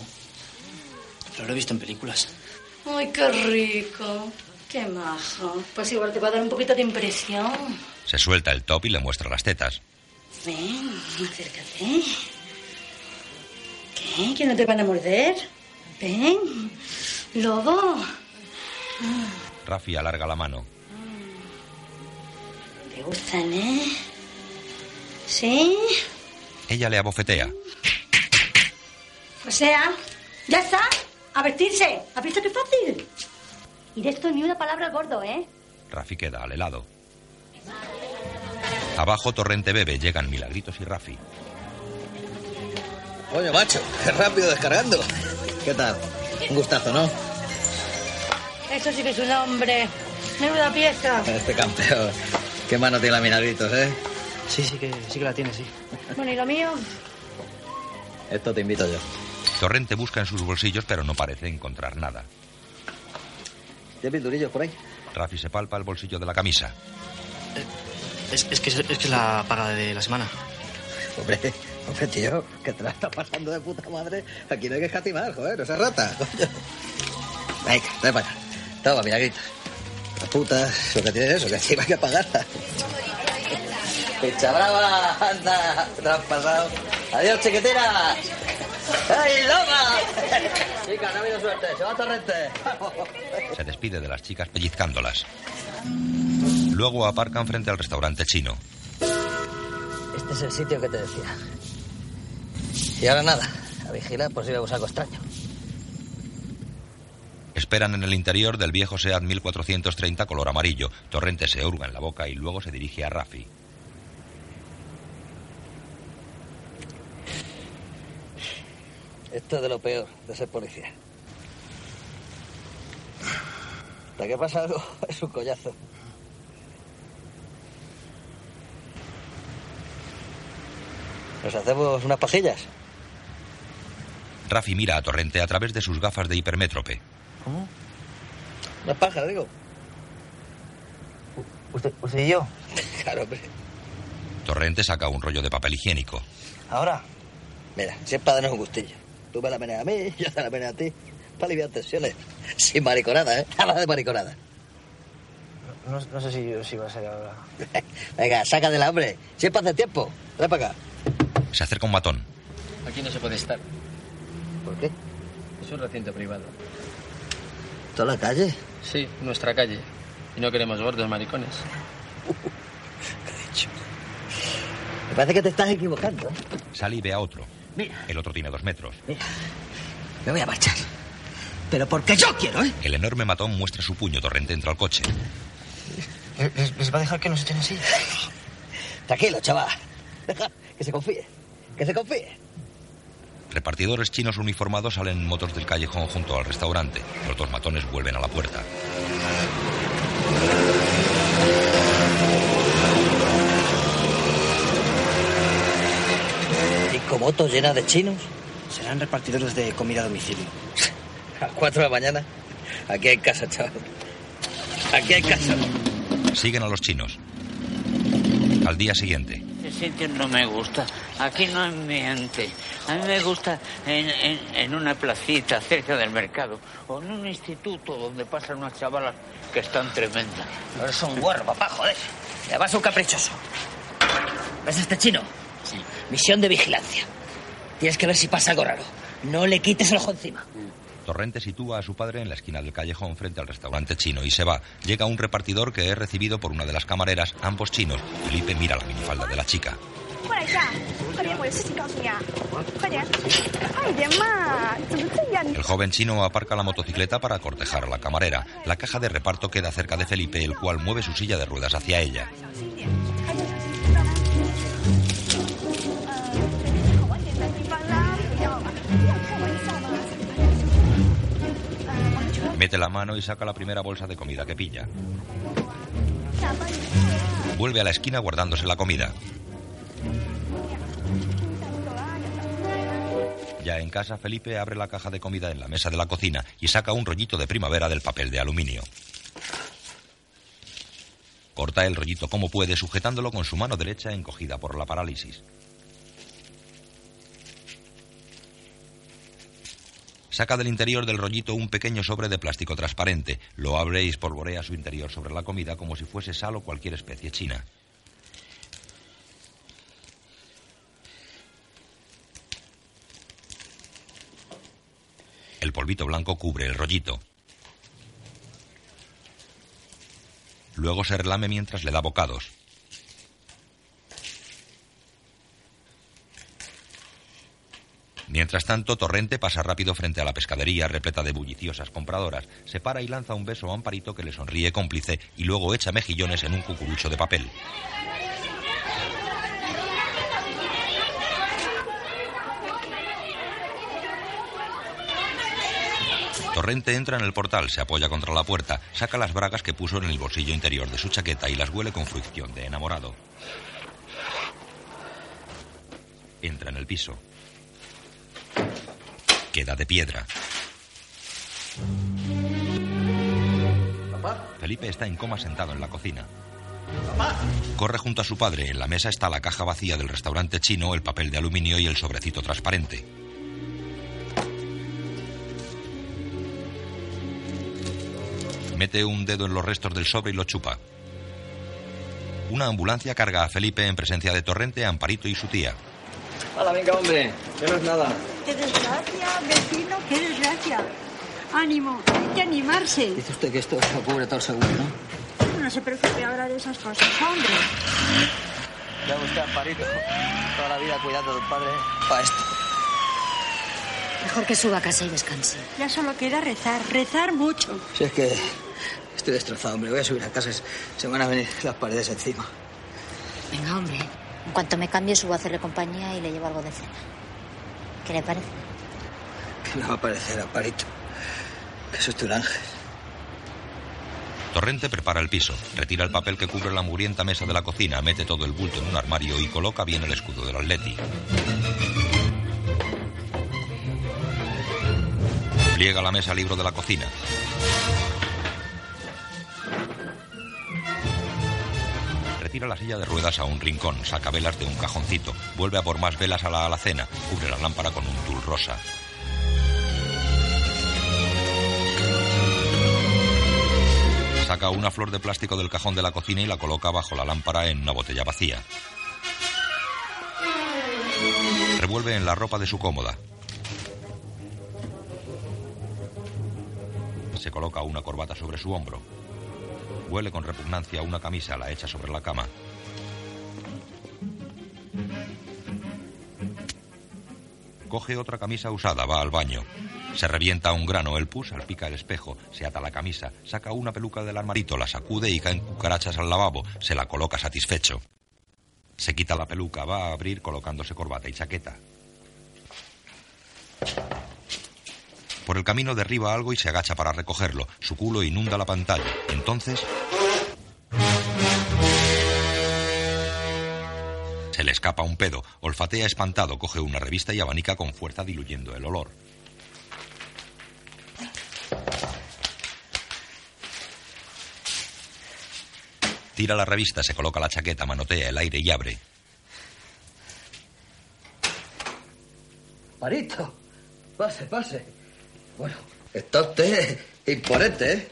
[SPEAKER 6] Pero lo he visto en películas.
[SPEAKER 20] Ay, qué rico. Qué majo. Pues igual te va a dar un poquito de impresión.
[SPEAKER 2] Se suelta el top y le muestra las tetas.
[SPEAKER 20] Ven, acércate. ¿Qué? ¿Que no te van a morder? Ven. Lobo. Ah,
[SPEAKER 2] Rafi alarga la mano.
[SPEAKER 20] Te gustan, ¿eh? ¿Sí?
[SPEAKER 2] Ella le abofetea.
[SPEAKER 8] O sea, ya está. A vestirse. ¿Has visto qué fácil?
[SPEAKER 10] Y de esto ni una palabra al gordo, ¿eh?
[SPEAKER 2] Rafi queda al helado. Abajo Torrente bebe. Llegan Milagritos y Rafi.
[SPEAKER 3] Coño, macho, qué rápido descargando. ¿Qué tal? Un gustazo, ¿no?
[SPEAKER 20] Eso sí que es un hombre. Menuda pieza.
[SPEAKER 3] Este campeón. Qué mano tiene la Milagritos, ¿eh?
[SPEAKER 6] Sí, sí que, sí que la tiene, sí.
[SPEAKER 20] Bueno, ¿y lo mío?
[SPEAKER 3] Esto te invito yo.
[SPEAKER 2] Torrente busca en sus bolsillos pero no parece encontrar nada.
[SPEAKER 3] ¿Tienes pinturillos por ahí?
[SPEAKER 2] Rafi se palpa el bolsillo de la camisa.
[SPEAKER 6] Es, es que, es, es que es la paga de la semana.
[SPEAKER 3] Hombre, hombre, tío, que te la está pasando de puta madre. Aquí no hay que escatimar, joder, no se rata. coño. Venga, ven para acá. Toma, milagrita. La puta, lo que tienes es eso, que encima hay que pagarla. Pecha brava, anda, te la has pasado. Adiós, chiquitera. ¡Ay, loba! Chica, no ha habido suerte, se va Torrente. Vamos.
[SPEAKER 2] Se despide de las chicas pellizcándolas. Luego aparcan frente al restaurante chino.
[SPEAKER 3] Este es el sitio que te decía. Y ahora nada, a vigilar por si vemos algo extraño.
[SPEAKER 2] Esperan en el interior del viejo SEAT 1430 color amarillo. Torrente se hurga en la boca y luego se dirige a Rafi.
[SPEAKER 3] Esto es de lo peor de ser policía. Hasta que pasa algo, es un collazo. ¿Nos hacemos unas pajillas?
[SPEAKER 2] Rafi mira a Torrente a través de sus gafas de hipermétrope.
[SPEAKER 3] ¿Cómo? Unas pajas, digo.
[SPEAKER 6] ¿Usted, y yo?
[SPEAKER 3] Claro, hombre.
[SPEAKER 2] Torrente saca un rollo de papel higiénico.
[SPEAKER 3] ¿Ahora? Mira, si es para darnos un gustillo. Tú me la meneas a mí, yo te la meneo a ti. Para aliviar tensiones. Sin mariconada, ¿eh? Nada de mariconada.
[SPEAKER 6] No, no sé si, yo- si va a ser ahora.
[SPEAKER 3] Venga, saca del hambre. Si es para hacer tiempo. Ven para acá.
[SPEAKER 2] Se acerca un matón.
[SPEAKER 21] Aquí no se puede estar.
[SPEAKER 3] ¿Por qué?
[SPEAKER 21] Es un recinto privado.
[SPEAKER 3] ¿Toda la calle?
[SPEAKER 21] Sí, nuestra calle. Y no queremos gordos maricones.
[SPEAKER 3] Me parece que te estás equivocando. ¿eh?
[SPEAKER 2] Sale y ve a otro.
[SPEAKER 3] Mira,
[SPEAKER 2] El otro tiene dos metros.
[SPEAKER 3] me voy a marchar. Pero porque yo quiero, ¿eh?
[SPEAKER 2] El enorme matón muestra su puño. Torrente entra al coche.
[SPEAKER 3] Eh,
[SPEAKER 6] ¿Les, les va a dejar que nos echen así?
[SPEAKER 3] Tranquilo, chaval. Deja que se confíe. Que se confíe.
[SPEAKER 2] Repartidores chinos uniformados salen en motos del callejón junto al restaurante. Los dos matones vuelven a la puerta.
[SPEAKER 3] Cinco motos llenas de chinos.
[SPEAKER 6] Serán repartidores de comida a domicilio.
[SPEAKER 3] A las cuatro de la mañana. Aquí hay casa, chaval. Aquí hay casa.
[SPEAKER 2] Siguen a los chinos. Al día siguiente,
[SPEAKER 9] Este sitio no me gusta. Aquí no hay ambiente. A mí me gusta en, en- en una placita cerca del mercado o en un instituto donde pasan unas chavalas que están tremendas.
[SPEAKER 14] Ahora es un guarro, papá, joder. Y además un caprichoso. ¿Ves a este chino? Sí. Misión de vigilancia. Tienes que ver si pasa algo raro. No le quites el ojo encima.
[SPEAKER 2] Torrente sitúa a su padre en la esquina del callejón frente al restaurante chino y se va. Llega un repartidor que es recibido por una de las camareras, ambos chinos. Felipe mira la minifalda de la chica.
[SPEAKER 16] 过来一下，快点，我有
[SPEAKER 22] pues,
[SPEAKER 16] 事情告诉你啊！快点，快点嘛！怎么这样？
[SPEAKER 2] El joven chino aparca la motocicleta para cortejar a la camarera. La caja de reparto queda cerca de Felipe, el cual mueve su silla de ruedas hacia ella. Mete la mano y saca la primera bolsa de comida que pilla. Vuelve a la esquina guardándose la comida. Ya en casa, Felipe abre la caja de comida en la mesa de la cocina y saca un rollito de primavera del papel de aluminio. Corta el rollito como puede, sujetándolo con su mano derecha encogida por la parálisis. Saca del interior del rollito un pequeño sobre de plástico transparente, lo abre y espolvorea su interior sobre la comida como si fuese sal o cualquier especie china. El polvito blanco cubre el rollito. Luego se relame mientras le da bocados. Mientras tanto, Torrente pasa rápido frente a la pescadería repleta de bulliciosas compradoras, se para y lanza un beso a Amparito que le sonríe cómplice y luego echa mejillones en un cucurucho de papel. Torrente entra en el portal, se apoya contra la puerta, saca las bragas que puso en el bolsillo interior de su chaqueta y las huele con fricción de enamorado. Entra en el piso. Queda de piedra. Felipe está en coma sentado en la cocina. Corre junto a su padre. En la mesa está la caja vacía del restaurante chino, el papel de aluminio y el sobrecito transparente. Mete un dedo en los restos del sobre y lo chupa. Una ambulancia carga a Felipe en presencia de Torrente, Amparito y su tía.
[SPEAKER 21] ¡Hala, venga, hombre! Que no es nada.
[SPEAKER 8] ¡Qué desgracia, vecino! ¡Qué desgracia! Ánimo, hay que animarse.
[SPEAKER 3] Dice usted que esto lo cubre todo seguro, ¿no?
[SPEAKER 8] No se preocupe ahora de esas cosas, hombre.
[SPEAKER 3] Ya busqué a Parito. Toda la vida cuidando del padre. Para esto.
[SPEAKER 22] Mejor que suba a casa y descanse.
[SPEAKER 8] Ya solo queda rezar, rezar mucho.
[SPEAKER 3] Si es que estoy destrozado, hombre. Voy a subir a casa. Se me van a venir las paredes encima.
[SPEAKER 22] Venga, hombre. En cuanto me cambie, subo a hacerle compañía y le llevo algo de cena. ¿Qué le parece?
[SPEAKER 3] ¿Qué me va a parecer a Parito? Que eso es tu ángel.
[SPEAKER 2] Torrente prepara el piso, retira el papel que cubre la mugrienta mesa de la cocina, mete todo el bulto en un armario y coloca bien el escudo del Atleti. Pliega la mesa libro de la cocina. Retira la silla de ruedas a un rincón, saca velas de un cajoncito, vuelve a por más velas a la alacena, cubre la lámpara con un tul rosa. Saca una flor de plástico del cajón de la cocina y la coloca bajo la lámpara en una botella vacía. Revuelve en la ropa de su cómoda. Se coloca una corbata sobre su hombro. Huele con repugnancia una camisa, la echa sobre la cama. Coge otra camisa usada, va al baño. Se revienta un grano, el pus salpica el espejo, se ata la camisa, saca una peluca del armarito, la sacude y caen cucarachas al lavabo, se la coloca satisfecho. Se quita la peluca, va a abrir colocándose corbata y chaqueta. Por el camino derriba algo y se agacha para recogerlo. Su culo inunda la pantalla. Entonces... Se le escapa un pedo, olfatea espantado, coge una revista y abanica con fuerza diluyendo el olor. Tira la revista, se coloca la chaqueta, manotea el aire y abre.
[SPEAKER 3] Parito. Pase, pase. Bueno, está usted imponente, ¿eh?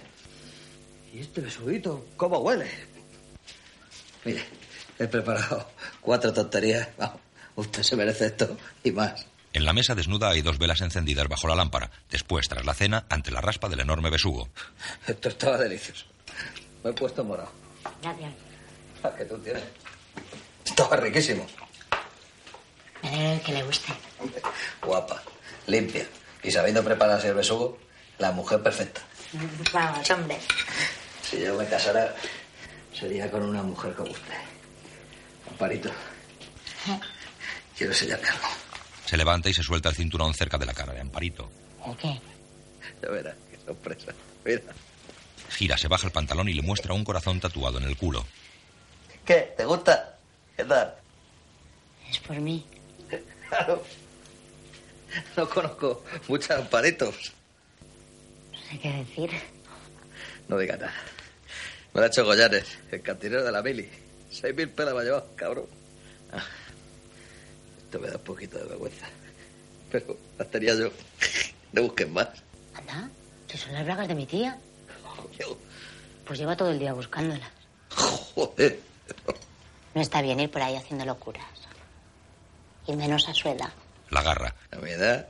[SPEAKER 3] Y este besudito, ¿cómo huele? Mire, he preparado cuatro tonterías. Vamos, usted se merece esto y más.
[SPEAKER 2] En la mesa desnuda hay dos velas encendidas bajo la lámpara. Después, tras la cena, ante la raspa del enorme besugo.
[SPEAKER 3] Esto estaba delicioso. Me he puesto morado.
[SPEAKER 22] Gracias.
[SPEAKER 3] Ah, que tú tienes. Estaba riquísimo.
[SPEAKER 22] Me alegro que le guste.
[SPEAKER 3] Guapa, limpia. Y sabiendo prepararse el besugo, la mujer perfecta.
[SPEAKER 22] Vamos, hombre.
[SPEAKER 3] Si yo me casara, sería con una mujer como usted. Amparito,
[SPEAKER 17] ¿Eh?
[SPEAKER 3] quiero enseñarle algo.
[SPEAKER 2] Se levanta y se suelta el cinturón cerca de la cara de Amparito.
[SPEAKER 22] ¿El qué?
[SPEAKER 3] Ya verás, qué sorpresa. Mira.
[SPEAKER 2] Gira, se baja el pantalón y le muestra un corazón tatuado en el culo.
[SPEAKER 3] ¿Qué? ¿Te gusta? ¿Qué tal?
[SPEAKER 17] Es por mí.
[SPEAKER 3] Claro. No conozco muchos amparitos.
[SPEAKER 17] No sé qué decir.
[SPEAKER 3] No digas nada. Me lo ha hecho Goyanes, el cantinero de la mili. Seis mil pelas me ha llevado, cabrón. Ah, Esto me da un poquito de vergüenza. Pero las tenía yo. No busquen más.
[SPEAKER 17] Anda, que son las bragas de mi tía. Pues lleva todo el día buscándolas.
[SPEAKER 3] Joder.
[SPEAKER 17] No está bien ir por ahí haciendo locuras. Y menos a su edad.
[SPEAKER 2] La garra.
[SPEAKER 3] A mi edad.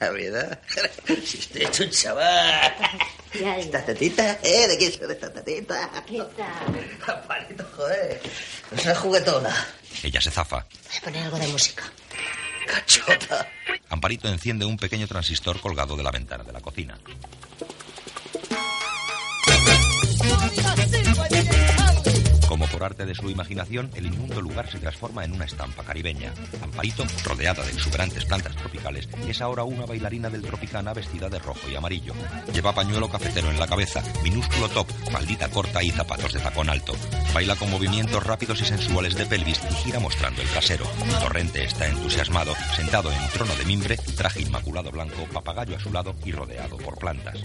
[SPEAKER 3] A mi edad. Si estoy hecho un chaval.
[SPEAKER 17] Ya, ya.
[SPEAKER 3] ¿Estas tetitas? ¿Eh? ¿De quién son estas tetitas? Amparito, joder. No seas juguetona.
[SPEAKER 2] Ella se zafa.
[SPEAKER 17] Voy a poner algo de música.
[SPEAKER 3] Cachota.
[SPEAKER 2] Amparito enciende un pequeño transistor colgado de la ventana de la cocina. Como por arte de su imaginación, el inmundo lugar se transforma en una estampa caribeña. Amparito, rodeada de exuberantes plantas tropicales, es ahora una bailarina del Tropicana vestida de rojo y amarillo. Lleva pañuelo cafetero en la cabeza, minúsculo top, faldita corta y zapatos de tacón alto. Baila con movimientos rápidos y sensuales de pelvis y gira mostrando el casero. Torrente está entusiasmado, sentado en trono de mimbre, traje inmaculado blanco, papagayo a su lado y rodeado por plantas.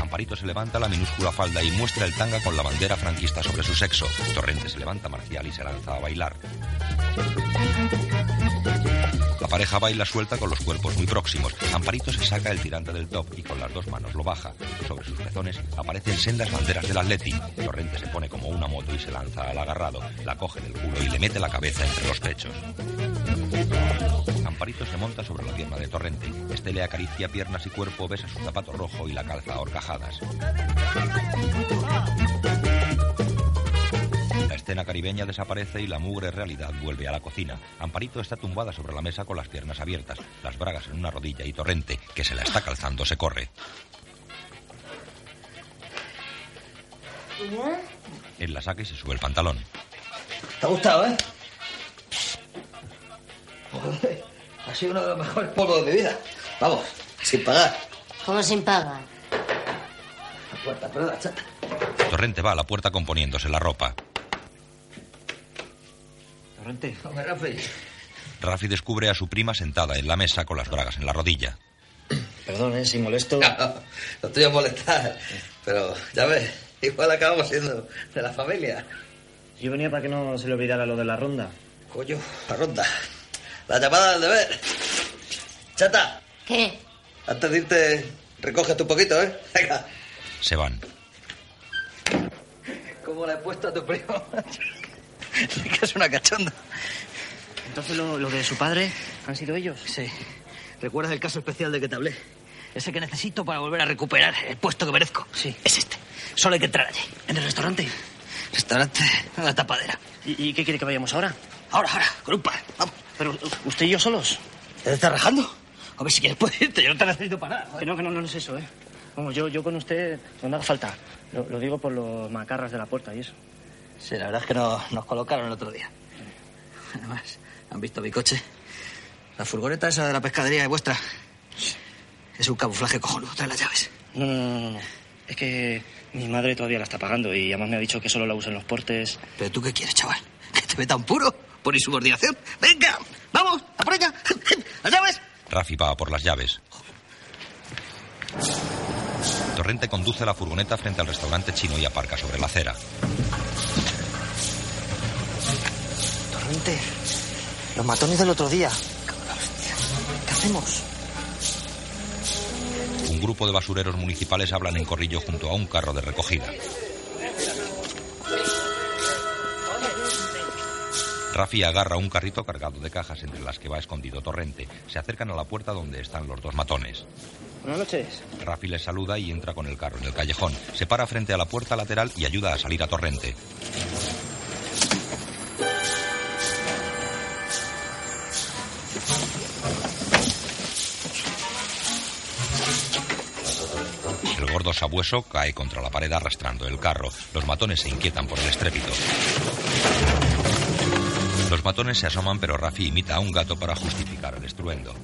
[SPEAKER 2] Amparito se levanta la minúscula falda y muestra el tanga con la bandera franquista sobre su sexo. Torrente se levanta marcial y se lanza a bailar. La pareja baila suelta con los cuerpos muy próximos. Amparito se saca el tirante del top y con las dos manos lo baja. Sobre sus pezones aparecen sendas banderas del Atleti. Torrente se pone como una moto y se lanza al agarrado. La coge del culo y le mete la cabeza entre los pechos. Amparito se monta sobre la pierna de Torrente. Este le acaricia piernas y cuerpo, besa su zapato rojo y la calza a horcajadas. La escena caribeña desaparece y la mugre realidad vuelve a la cocina. Amparito está tumbada sobre la mesa con las piernas abiertas, las bragas en una rodilla y Torrente, que se la está calzando, se corre. Él la saca y se sube el pantalón.
[SPEAKER 3] ¿Te ha gustado, eh? Joder, ha sido uno de los mejores polvos de mi vida. Vamos, sin pagar.
[SPEAKER 17] ¿Cómo sin paga?
[SPEAKER 3] La puerta, pero la chata.
[SPEAKER 2] Torrente va a la puerta componiéndose la ropa.
[SPEAKER 3] Torrente. Hombre, Rafi.
[SPEAKER 2] Rafi descubre a su prima sentada en la mesa con las bragas en la rodilla.
[SPEAKER 3] Perdón, ¿eh? Si molesto. No, no, no te voy a molestar. Pero, ya ves, igual acabamos siendo de la familia.
[SPEAKER 6] Yo venía para que no se le olvidara lo de la ronda.
[SPEAKER 3] Coño, la ronda. La llamada del deber. Chata,
[SPEAKER 17] ¿Qué?
[SPEAKER 3] antes de irte, recoge un poquito, ¿eh? Venga.
[SPEAKER 2] Se van.
[SPEAKER 3] ¿Cómo la he puesto a tu primo? Es que es una cachonda.
[SPEAKER 6] Entonces lo, lo de su padre han sido ellos.
[SPEAKER 3] Sí. ¿Recuerdas el caso especial de que te hablé? Ese que necesito para volver a recuperar el puesto que merezco. Sí. Es este. Solo hay que entrar allí.
[SPEAKER 6] ¿En el restaurante?
[SPEAKER 3] Restaurante, una tapadera.
[SPEAKER 6] ¿Y, y qué quiere que vayamos ahora?
[SPEAKER 3] Ahora, ahora, con un par. Vamos.
[SPEAKER 6] Pero u- usted y yo solos.
[SPEAKER 3] ¿Te estás rajando? A ver si quieres puedes irte, yo no te necesito para nada.
[SPEAKER 6] Que no, que no, no es eso, ¿eh? Vamos, yo, yo con usted no hace falta. Lo, lo digo por los macarras de la puerta y eso.
[SPEAKER 3] Sí, la verdad es que nos, nos colocaron el otro día. Además, ¿han visto mi coche? La furgoneta esa de la pescadería es vuestra. Es un camuflaje cojonudo, trae las llaves.
[SPEAKER 6] No, no, no, no, no. Es que mi madre todavía la está pagando y además me ha dicho que solo la usan los portes.
[SPEAKER 3] ¿Pero tú qué quieres, chaval? ¿Que te meta un puro por insubordinación? ¡Venga! ¡Vamos! ¡A por ella! ¡Las llaves!
[SPEAKER 2] Rafi va a por las llaves. Torrente conduce la furgoneta frente al restaurante chino y aparca sobre la acera.
[SPEAKER 6] Torrente, los matones del otro día. ¿Qué hacemos?
[SPEAKER 2] Un grupo de basureros municipales hablan en corrillo junto a un carro de recogida. Rafi agarra un carrito cargado de cajas entre las que va escondido Torrente. Se acercan a la puerta donde están los dos matones.
[SPEAKER 6] Buenas noches.
[SPEAKER 2] Rafi les saluda y entra con el carro en el callejón. Se para frente a la puerta lateral y ayuda a salir a Torrente. El gordo sabueso cae contra la pared arrastrando el carro. Los matones se inquietan por el estrépito. Los matones se asoman, pero Rafi imita a un gato para justificar el estruendo.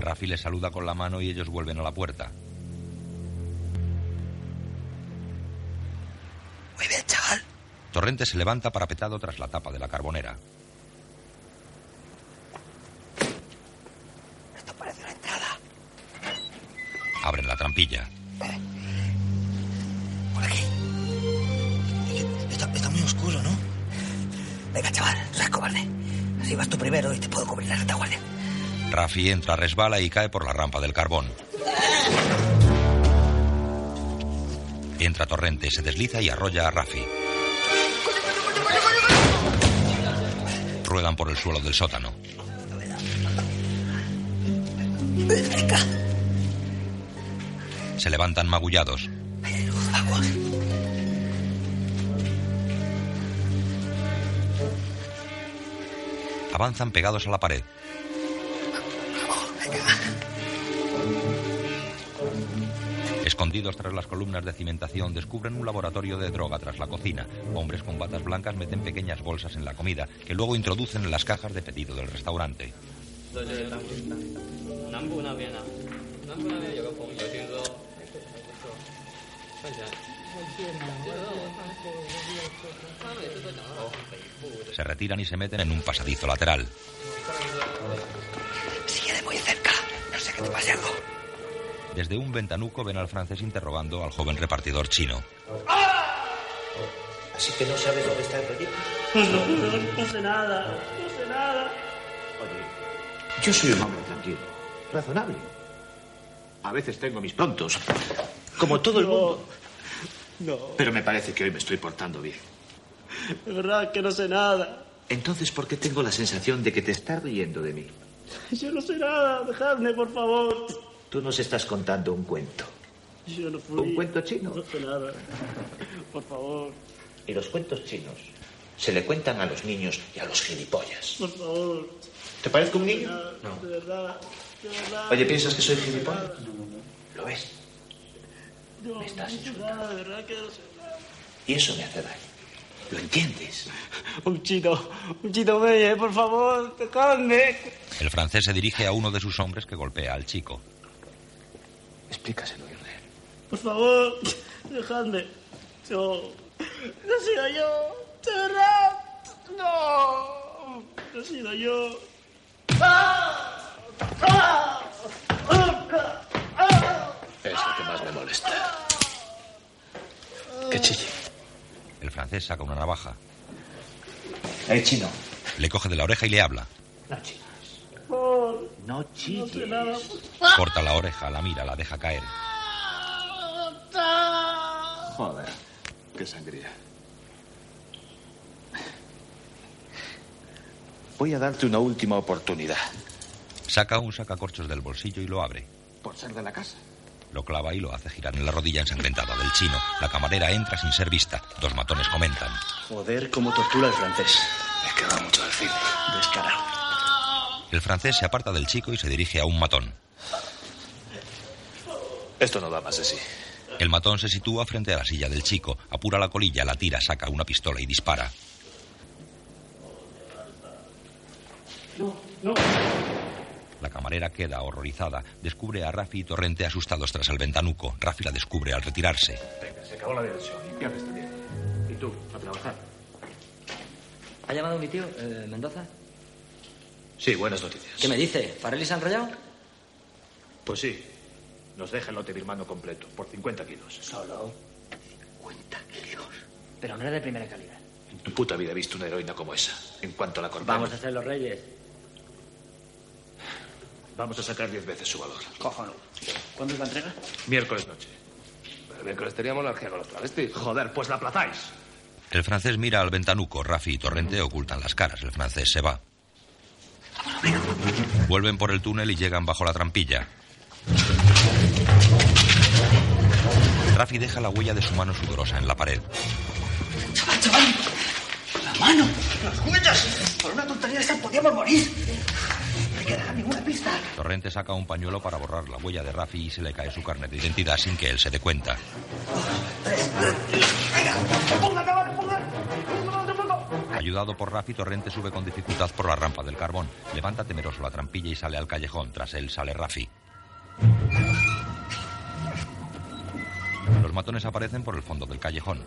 [SPEAKER 2] Rafi les saluda con la mano y ellos vuelven a la puerta.
[SPEAKER 3] Muy bien, chaval.
[SPEAKER 2] Torrente se levanta parapetado tras la tapa de la carbonera.
[SPEAKER 3] Esto parece una entrada.
[SPEAKER 2] Abren la trampilla.
[SPEAKER 3] Por aquí. Está, está muy oscuro, ¿no? Venga, chaval, seas cobarde. Así vas tú primero y te puedo cubrir la retaguardia.
[SPEAKER 2] Rafi entra, resbala y cae por la rampa del carbón. Entra Torrente, se desliza y arrolla a Rafi. Ruedan por el suelo del sótano. Se levantan magullados.
[SPEAKER 3] Agua.
[SPEAKER 2] Avanzan pegados a la pared. Escondidos tras las columnas de cimentación, descubren un laboratorio de droga tras la cocina. Hombres con batas blancas meten pequeñas bolsas en la comida, que luego introducen en las cajas de pedido del restaurante. Se retiran y se meten en un pasadizo lateral.
[SPEAKER 3] Sigue de muy cerca. No sé qué te pase algo.
[SPEAKER 2] Desde un ventanuco ven al francés interrogando al joven repartidor chino.
[SPEAKER 6] Así que no sabes dónde está el proyecto.
[SPEAKER 3] Mm.
[SPEAKER 18] No sé nada, no sé nada.
[SPEAKER 4] Yo soy un hombre tranquilo, razonable. A veces tengo mis prontos, como todo el mundo.
[SPEAKER 12] No,
[SPEAKER 4] Pero me parece que hoy me estoy portando bien.
[SPEAKER 12] es verdad que no sé nada.
[SPEAKER 4] Entonces, ¿por qué tengo la sensación de que te estás riendo de mí?
[SPEAKER 12] Yo no sé nada, dejadme, por favor.
[SPEAKER 4] Tú nos estás contando un cuento.
[SPEAKER 12] Yo no fui.
[SPEAKER 4] ¿Un cuento chino?
[SPEAKER 12] No sé nada. Por favor,
[SPEAKER 4] Y los cuentos chinos se le cuentan a los niños y a los gilipollas.
[SPEAKER 12] por favor.
[SPEAKER 4] ¿Te parezco un niño?
[SPEAKER 12] No. De verdad, de verdad.
[SPEAKER 4] Oye, ¿piensas que soy gilipollas? Lo es.
[SPEAKER 12] No, me estás insultando. De verdad que no sé.
[SPEAKER 4] Y eso me hace daño. ¿Lo entiendes?
[SPEAKER 12] Un chino, un chino belle, por favor, dejadme.
[SPEAKER 2] El francés se dirige a uno de sus hombres que golpea al chico.
[SPEAKER 4] Explícaselo,
[SPEAKER 12] Por favor, dejadme. Yo. No he sido yo. De verdad. No. No he sido yo.
[SPEAKER 4] Es lo que más me molesta. Que chille.
[SPEAKER 2] El francés saca una navaja.
[SPEAKER 4] El chino.
[SPEAKER 2] Le coge de la oreja y le habla.
[SPEAKER 12] Por favor.
[SPEAKER 4] No
[SPEAKER 12] No sé nada.
[SPEAKER 2] Corta la oreja, la mira, la deja caer.
[SPEAKER 4] Joder, qué sangría. Voy a darte una última oportunidad.
[SPEAKER 2] Saca un sacacorchos del bolsillo y lo abre.
[SPEAKER 4] Por ser de la casa.
[SPEAKER 2] Lo clava y lo hace girar en la rodilla ensangrentada del chino. La camarera entra sin ser vista. Dos matones comentan.
[SPEAKER 6] Joder, cómo tortura el francés. Me queda mucho al cine. Descarado.
[SPEAKER 2] El francés se aparta del chico y se dirige a un matón.
[SPEAKER 4] Esto no da más de sí.
[SPEAKER 2] El matón se sitúa frente a la silla del chico, apura la colilla, la tira, saca una pistola y dispara.
[SPEAKER 12] No, no.
[SPEAKER 2] La camarera queda horrorizada. Descubre a Rafi y Torrente asustados tras el ventanuco. Rafi la descubre al retirarse.
[SPEAKER 4] Se acabó la diversión. Limpiad este bien. Y tú, a trabajar.
[SPEAKER 6] ¿Ha llamado mi tío, eh, Mendoza?
[SPEAKER 4] Sí, buenas noticias.
[SPEAKER 6] ¿Qué me dice? ¿Farelli se ha enrollado?
[SPEAKER 4] Pues sí. Nos deja el lote birmano completo, por 50 kilos. ¿Solo?
[SPEAKER 6] Pero no era de primera calidad.
[SPEAKER 4] En tu puta vida he visto una heroína como esa. En cuanto a la corbata.
[SPEAKER 6] Vamos a ser los reyes.
[SPEAKER 4] Vamos a sacar 10 veces su valor.
[SPEAKER 6] Cojones. ¿Cuándo es la entrega?
[SPEAKER 4] Miércoles noche. Pero miércoles teníamos la orgía con los travestis. Joder, pues la aplazáis.
[SPEAKER 2] El francés mira al ventanuco. Rafi y Torrente ocultan las caras. El francés se va. Vuelven por el túnel y llegan bajo la trampilla. Rafi deja la huella de su mano sudorosa en la pared.
[SPEAKER 5] ¡Chaval, chaval! ¡La mano! ¡Las huellas! Por una tontería de estas podíamos morir.
[SPEAKER 3] me queda ninguna pista.
[SPEAKER 2] Torrente saca un pañuelo para borrar la huella de Rafi y se le cae su carnet de identidad sin que él se dé cuenta. Ayudado por Rafi, Torrente sube con dificultad por la rampa del carbón. Levanta temeroso la trampilla y sale al callejón. Tras él sale Rafi. Los matones aparecen por el fondo del callejón.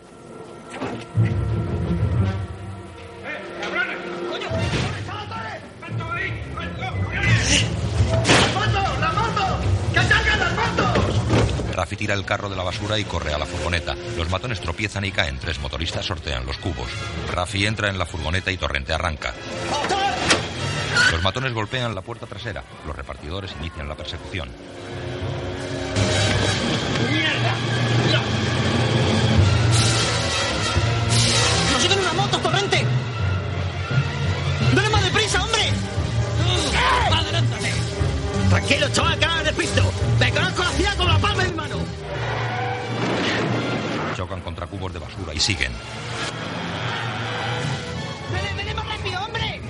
[SPEAKER 2] Rafi tira el carro de la basura y corre a la furgoneta. Los matones tropiezan y caen. Tres motoristas sortean los cubos. Rafi entra en la furgoneta y Torrente arranca. Los matones golpean la puerta trasera. Los repartidores inician la persecución.
[SPEAKER 23] ¡Nos siguen una moto, torrente! ¡Dale más deprisa, hombre! ¡Adelántate!
[SPEAKER 12] Tranquilo, chaval, que ahora me despisto. Me conozco la ciudad con la palma de mi mano.
[SPEAKER 2] Chocan contra cubos de basura y siguen.
[SPEAKER 23] ¡Ven, ven más rápido, hombre!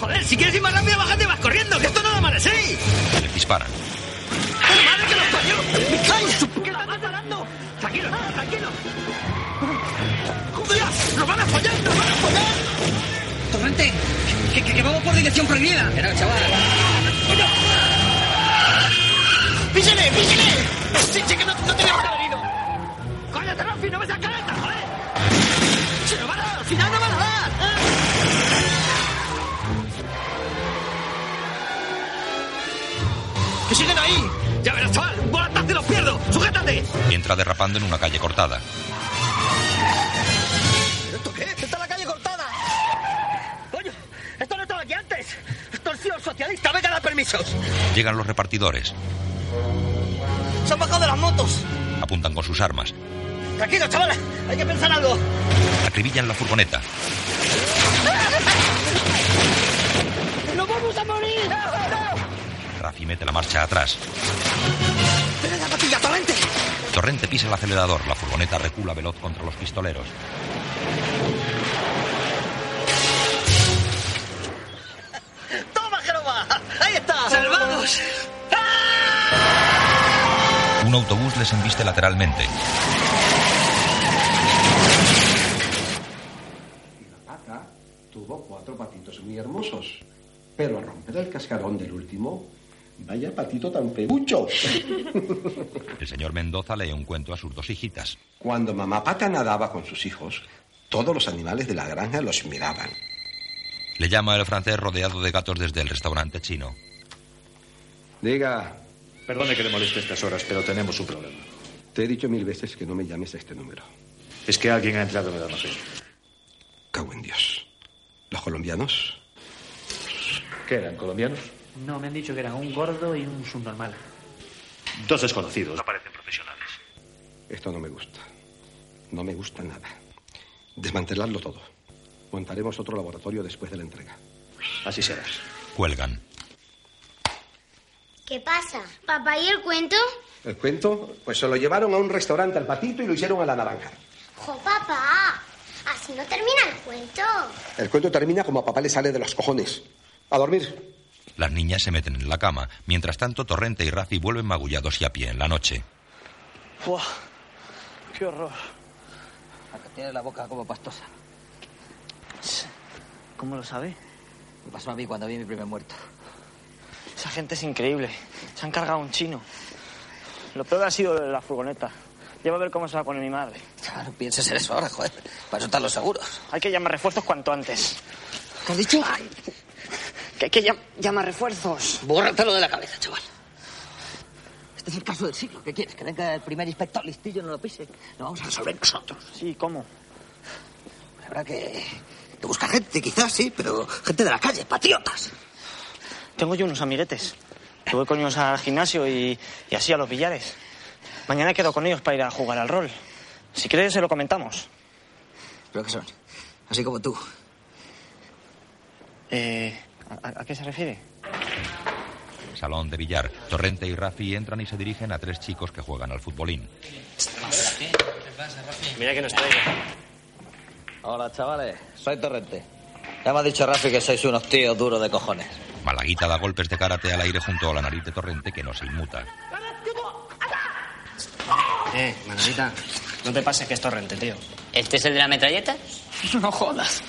[SPEAKER 12] Joder, si quieres ir más rápido, bájate, vas corriendo, que esto no da mal, ¿sí?
[SPEAKER 2] Les disparan.
[SPEAKER 12] ¡Madre que los parió! ¡Me cago en su p- que la vas parando! Tranquilo, tranquilo. ¡Joder! ¡Nos van a follar, nos van a follar!
[SPEAKER 3] Torrente, que, que- que vamos por dirección prohibida. Que no, chaval.
[SPEAKER 23] ¡Písele, písele! ¡Sí, sí, que no, no te voy a dejar herido!
[SPEAKER 12] ¡Cállate, Rafi, no me seas careta, joder! eh. ¡Se lo van a dar, al final no van a dar! ¡Que siguen ahí! ¡Ya verás, chaval! ¡Un volantazo y los pierdo! ¡Sujétate!
[SPEAKER 2] Entra derrapando en una calle cortada.
[SPEAKER 12] ¡Está la calle cortada! ¡Coño! ¡Esto no estaba aquí antes! ¡Extorsión socialista! ¡Venga, da permisos!
[SPEAKER 2] Llegan los repartidores.
[SPEAKER 12] ¡Se han bajado de las motos!
[SPEAKER 2] Apuntan con sus armas.
[SPEAKER 12] ¡Tranquilo, chavales! ¡Hay que pensar algo!
[SPEAKER 2] Acribillan la furgoneta.
[SPEAKER 12] ¡No vamos a morir! ¡No,
[SPEAKER 2] Rafi mete la marcha atrás.
[SPEAKER 12] no! la patilla, torrente!
[SPEAKER 2] Torrente pisa el acelerador. La furgoneta recula veloz contra los pistoleros.
[SPEAKER 12] ¡Toma, Jeroma! ¡Ahí está! ¡Salvados!
[SPEAKER 2] Un autobús les embiste lateralmente.
[SPEAKER 4] Vaca tuvo cuatro patitos muy hermosos, pero al romper el cascarón del último, vaya patito tan pelucho.
[SPEAKER 2] El señor Mendoza lee un cuento a sus dos hijitas.
[SPEAKER 4] Cuando mamá pata nadaba con sus hijos, todos los animales de la granja los miraban.
[SPEAKER 2] Le llama el francés rodeado de gatos desde el restaurante chino.
[SPEAKER 4] Diga,
[SPEAKER 24] Perdone que le moleste estas horas, pero tenemos un problema.
[SPEAKER 4] te he dicho mil veces que no me llames a este número.
[SPEAKER 24] Es que alguien ha entrado en el almacén.
[SPEAKER 4] Cago en Dios. ¿Los colombianos?
[SPEAKER 24] ¿Qué eran, colombianos?
[SPEAKER 25] No, me han dicho que era un gordo y un subnormal.
[SPEAKER 24] Dos desconocidos. Aparecen profesionales.
[SPEAKER 4] Esto no me gusta. No me gusta nada. Desmantelarlo todo. Montaremos otro laboratorio después de la entrega.
[SPEAKER 24] Así será.
[SPEAKER 2] Cuelgan.
[SPEAKER 17] ¿Qué pasa? ¿Papá y el cuento?
[SPEAKER 4] El cuento, pues se lo llevaron a un restaurante al patito y lo hicieron a la naranja.
[SPEAKER 17] ¡Jo, papá! Así no termina el cuento.
[SPEAKER 4] El cuento termina como a papá le sale de los cojones. A dormir.
[SPEAKER 2] Las niñas se meten en la cama. Mientras tanto, Torrente y Rafi vuelven magullados y a pie en la noche.
[SPEAKER 3] ¡Buah! ¡Qué horror! Acá tiene la boca como pastosa.
[SPEAKER 25] ¿Cómo lo sabe?
[SPEAKER 3] Me pasó a mí cuando vi mi primer muerto.
[SPEAKER 6] Esa gente es increíble. Se han cargado a un chino. Lo peor ha sido lo de la furgoneta. Llevo a ver cómo se va a poner mi madre.
[SPEAKER 3] Claro, pienses en eso ahora, joder. Para eso están los seguros.
[SPEAKER 6] Hay que llamar refuerzos cuanto antes.
[SPEAKER 3] ¿Qué has dicho?
[SPEAKER 6] Que hay que llam- llamar refuerzos.
[SPEAKER 3] Bórratelo de la cabeza, chaval. Este es el caso del siglo. ¿Qué quieres? ¿Que venga el primer inspector listillo y no lo pise? Lo vamos a resolver nosotros.
[SPEAKER 6] Sí, ¿cómo?
[SPEAKER 3] Habrá que, que buscar gente, quizás, sí, pero gente de la calle, patriotas.
[SPEAKER 6] Tengo yo unos amiguetes. Que voy con ellos al gimnasio y, y así a los billares. Mañana quedo con ellos para ir a jugar al rol. Si quieres, se lo comentamos.
[SPEAKER 3] ¿Pero qué son? Así como tú.
[SPEAKER 6] Eh, ¿a- a- ¿A qué se refiere?
[SPEAKER 2] Salón de billar. Torrente y Rafi entran y se dirigen a tres chicos que juegan al futbolín.
[SPEAKER 6] Mira que nos traigo.
[SPEAKER 3] Eh, Hola, chavales. Soy Torrente. Ya me ha dicho Rafi que sois unos tíos duros de cojones.
[SPEAKER 2] Malaguita da golpes de karate al aire junto a la nariz de Torrente que no se inmuta.
[SPEAKER 15] Eh, Manolita, no te pases que es torrente, tío.
[SPEAKER 26] ¿Este es el de la metralleta?
[SPEAKER 15] No jodas.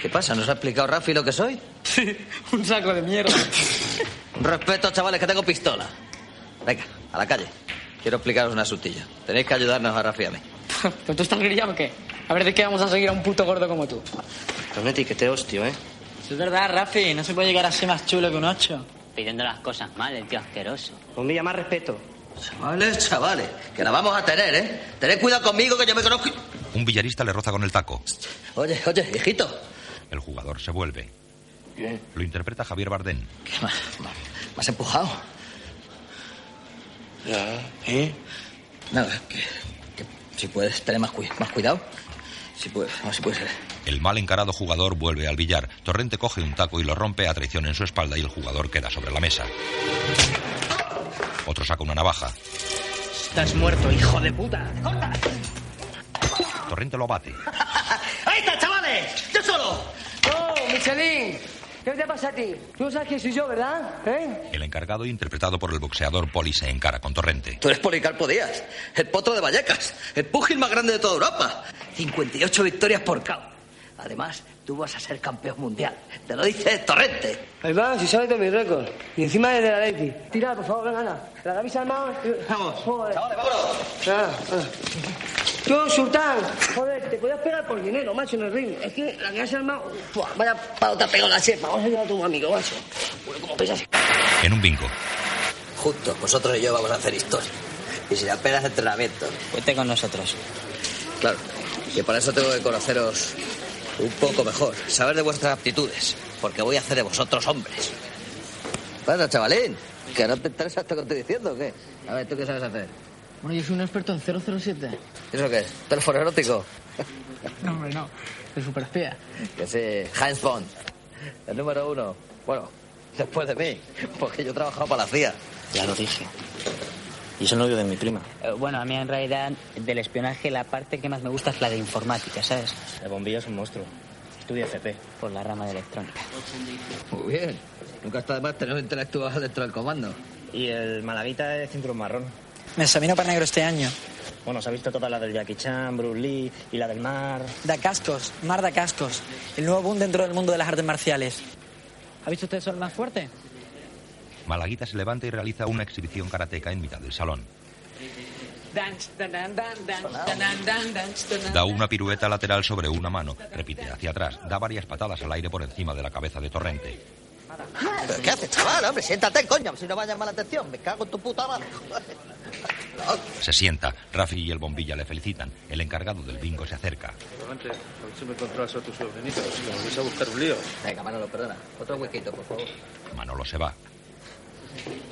[SPEAKER 3] ¿Qué pasa? ¿Nos ha explicado Rafi lo que soy?
[SPEAKER 15] Un saco de mierda.
[SPEAKER 3] Respeto, chavales, que tengo pistola. Venga, a la calle. Quiero explicaros una sutilla. Tenéis que ayudarnos a Rafi y a mí.
[SPEAKER 6] ¿Pero tú estás grillado o qué? A ver de qué vamos a seguir a un puto gordo como tú.
[SPEAKER 15] Torrente, que te hostio, ¿eh?
[SPEAKER 6] Es verdad, Rafi, no se puede llegar así más chulo que un ocho.
[SPEAKER 26] Pidiendo las cosas mal, el tío asqueroso.
[SPEAKER 15] Un día más respeto.
[SPEAKER 3] Chavales, chavales, que la vamos a tener, ¿eh? Tened cuidado conmigo, que yo me conozco. y-
[SPEAKER 2] Un villarista le roza con el taco.
[SPEAKER 3] Oye, oye, hijito.
[SPEAKER 2] El jugador se vuelve. Lo interpreta Javier Bardén.
[SPEAKER 3] Me has empujado. ¿Eh? Nada, que, que si puedes tener más, cui- más cuidado. Si puedes, no, si puedes.
[SPEAKER 2] El mal encarado jugador vuelve al billar. Torrente coge un taco y lo rompe a traición en su espalda y el jugador queda sobre la mesa. Otro saca una navaja.
[SPEAKER 15] Estás muerto, hijo de puta.
[SPEAKER 2] Torrente lo bate.
[SPEAKER 6] ¡Ahí está, chavales! ¡Yo solo!
[SPEAKER 12] ¡Oh, Michelin! ¿Qué te pasa a ti? Tú no sabes quién soy yo, ¿verdad? ¿Eh?
[SPEAKER 2] El encargado, interpretado por el boxeador Poli, se encara con Torrente.
[SPEAKER 3] Tú eres Policarpo Díaz, el potro de Vallecas, el púgil más grande de toda Europa. 58 victorias por KO. Además, tú vas a ser campeón mundial. Te lo dice Torrente.
[SPEAKER 12] Ahí va, si sabes de mi récord. Y encima es de la Leti. Tira, por favor, venga, Ana. La camisa al mano. Vamos. Joder. Ah, ah. Yo, Sultán, joder, te podías pegar por dinero, macho, en el ring. Es que la que has armado, ¡pua! vaya palo te ha pegado la chepa. Vamos a ayudar a tu amigo, macho. Bueno, como pesas.
[SPEAKER 2] En un bingo.
[SPEAKER 3] Justo, vosotros y yo vamos a hacer historia. Y si apenas entrenamiento. Cuente con nosotros. Claro, que para eso tengo que conoceros un poco mejor, saber de vuestras aptitudes, porque voy a hacer de vosotros hombres. Bueno, chavalín, que no te interesa esto que estoy diciendo, ¿o qué? A ver, ¿tú qué sabes hacer?
[SPEAKER 6] Bueno, yo soy un experto en 007.
[SPEAKER 3] ¿Y ¿Eso qué es? ¿Teléfono erótico?
[SPEAKER 6] No, hombre, no. El superespía.
[SPEAKER 3] Que sí, Hans Bond, el número uno. Bueno, después de mí, porque yo he trabajado para la CIA.
[SPEAKER 15] Ya lo dije. Y es el novio de mi prima.
[SPEAKER 6] Eh, Bueno, a mí en realidad del espionaje la parte que más me gusta es la de informática, ¿sabes? El bombillo es un monstruo. Estudia FP. Por la rama de electrónica.
[SPEAKER 3] Muy bien. Nunca está de más tener un intelectual dentro del comando.
[SPEAKER 15] Y el malaguita es cinturón marrón.
[SPEAKER 6] Me examino para negro este año.
[SPEAKER 15] Bueno, se ha visto toda la del Jackie Chan, Bruce Lee y la del mar.
[SPEAKER 6] Da Cascos, Mar Da Cascos. El nuevo boom dentro del mundo de las artes marciales. ¿Ha visto usted sol más fuerte?
[SPEAKER 2] Malaguita se levanta y realiza una exhibición karateca en mitad del salón.
[SPEAKER 6] Dance, dan, dan, dan, dan, dan, dan, dance, dan, dan.
[SPEAKER 2] Da una pirueta lateral sobre una mano, repite hacia atrás, da varias patadas al aire por encima de la cabeza de Torrente.
[SPEAKER 3] ¿Pero qué haces, chaval? Hombre, siéntate, coño, si no va a llamar la atención. Me cago en tu puta madre.
[SPEAKER 2] Se sienta, Rafi y el bombilla le felicitan, el encargado del bingo se acerca.
[SPEAKER 27] Torrente, a ver si me controlas a tus sobrinitos, que me vais a buscar un lío.
[SPEAKER 3] Venga, Manolo, perdona. Otro huequito, por favor.
[SPEAKER 2] Manolo se va.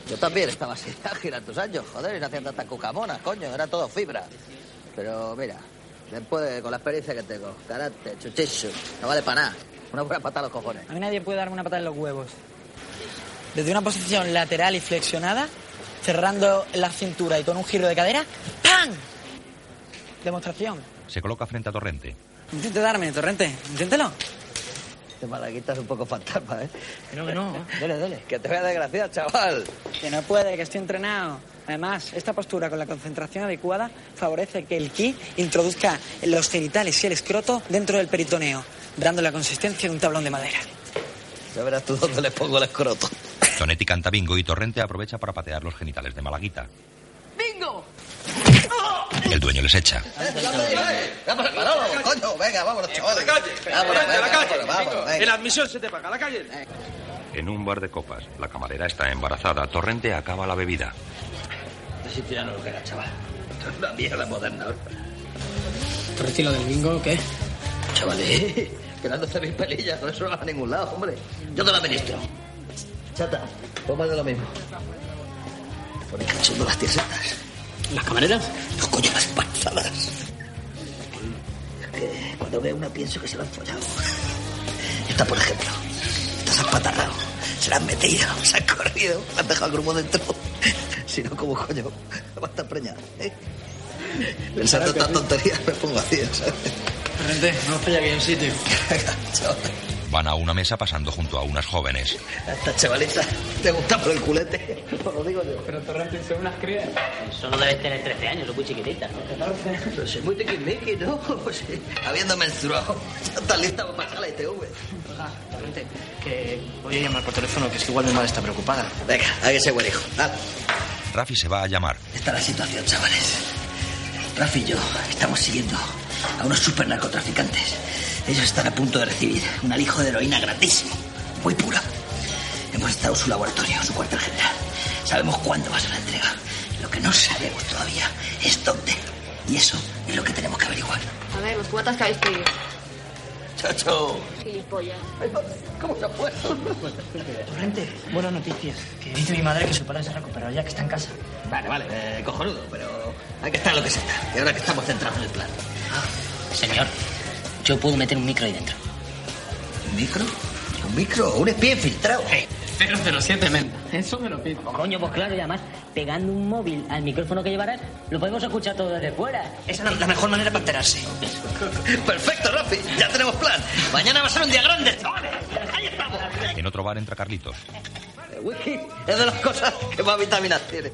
[SPEAKER 3] Yo también estaba así ágil a tus años, joder, y no hacía tanta cucamona, coño, era todo fibra. Pero mira, después, de- con la experiencia que tengo, karate, chuchichu, no vale para nada. Una buena patada a los cojones.
[SPEAKER 6] A mí nadie puede darme una patada en los huevos. Desde una posición lateral y flexionada, cerrando la cintura y con un giro de cadera, ¡pam! Demostración.
[SPEAKER 2] Se coloca frente a Torrente.
[SPEAKER 6] Intente darme, Torrente. Inténtelo.
[SPEAKER 3] Este malaguita es un poco fantasma, ¿eh?
[SPEAKER 6] No, que no.
[SPEAKER 3] Dele, dele. Que te vea desgraciado, chaval.
[SPEAKER 6] Que no puede, que estoy entrenado. Además, esta postura con la concentración adecuada favorece que el ki introduzca los genitales y el escroto dentro del peritoneo, dando la consistencia de un tablón de madera.
[SPEAKER 3] Ya verás tú dónde le pongo el escroto.
[SPEAKER 2] Tonetti canta bingo y Torrente aprovecha para patear los genitales de Malaguita.
[SPEAKER 12] ¡Bingo!
[SPEAKER 2] El dueño les echa.
[SPEAKER 3] Eh, ¡Vámonos, Manolo, coño! Venga,
[SPEAKER 12] Eh,
[SPEAKER 3] vámonos, chavales.
[SPEAKER 27] Torrente, a la calle.
[SPEAKER 3] vámonos, venga. Eh,
[SPEAKER 27] En la admisión se te paga, a la calle.
[SPEAKER 2] En un bar de copas, la camarera está embarazada. Torrente acaba la bebida.
[SPEAKER 3] Este sitio ya no lo queda, chaval. Esto es una mierda moderna.
[SPEAKER 6] ¿Torrente lo del bingo qué?
[SPEAKER 3] Chavales, quedándose mis pelillas, con eso no vas a ningún lado, hombre. Yo te la ministro. Chata, toma de pues lo mismo. Por el cachondo las tiersetas.
[SPEAKER 6] ¿Las camareras?
[SPEAKER 3] No, coño, las panzadas. Que cuando veo una pienso que se la han follado. Esta, por ejemplo. Esta se ha empatarrado. Se la han metido, se han corrido, la han dejado el grumo dentro. Si no, como coño, va a estar preñada. ¿eh? Pensando estas tonterías me pongo así, ¿sabes?
[SPEAKER 6] Torrente, no falla que un sitio.
[SPEAKER 3] Chaval.
[SPEAKER 2] Van a una mesa pasando junto a unas jóvenes.
[SPEAKER 3] Esta chavalita te gusta por el culete. Os lo digo yo.
[SPEAKER 15] Pero Torrente son unas crías.
[SPEAKER 3] Solo debes tener 13 años, o muy chiquitita. 14. Pero si es muy tiquismiqui, ¿no? Pues sí, habiendo menstruado, ya estás lista para pasar la ITV.
[SPEAKER 6] Torrente, que voy a llamar por teléfono, que es que igual mi madre está preocupada.
[SPEAKER 3] Venga, hágase buen hijo. Ah. Dale.
[SPEAKER 2] Rafi se va a llamar.
[SPEAKER 3] Esta es la situación, chavales. Rafi y yo estamos siguiendo a unos super narcotraficantes. Ellos están a punto de recibir un alijo de heroína grandísimo, muy pura. Hemos estado en su laboratorio, en su cuartel general. Sabemos cuándo va a ser la entrega. Lo que no sabemos todavía es dónde. Y eso es lo que tenemos que averiguar.
[SPEAKER 17] A ver, los cubatas que habéis pedido.
[SPEAKER 3] Chacho.
[SPEAKER 17] Gilipollas.
[SPEAKER 3] ¿Cómo se ha puesto?
[SPEAKER 6] Torrente, buenas noticias. Que dice mi madre que su padre se ha recuperado ya que está en casa.
[SPEAKER 3] Vale, vale, eh, cojonudo, pero hay que estar lo que se está. Y ahora que estamos centrados en el plan. Ah,
[SPEAKER 19] Señor, yo puedo meter un micro ahí dentro.
[SPEAKER 3] ¿Un micro? ¿Un micro? ¿Un espía infiltrado?
[SPEAKER 6] Eh,
[SPEAKER 19] 007, men. Eso me lo pido. Coño, pues claro, y además, pegando un móvil al micrófono que llevarás, lo podemos escuchar todo desde fuera.
[SPEAKER 6] Esa es la, la mejor manera para enterarse.
[SPEAKER 3] Perfecto, Rafi, ya tenemos plan. Mañana va a ser un día grande, chavales. Ahí estamos.
[SPEAKER 2] En otro bar entra Carlitos.
[SPEAKER 3] El whisky es de las cosas que más vitaminas tiene.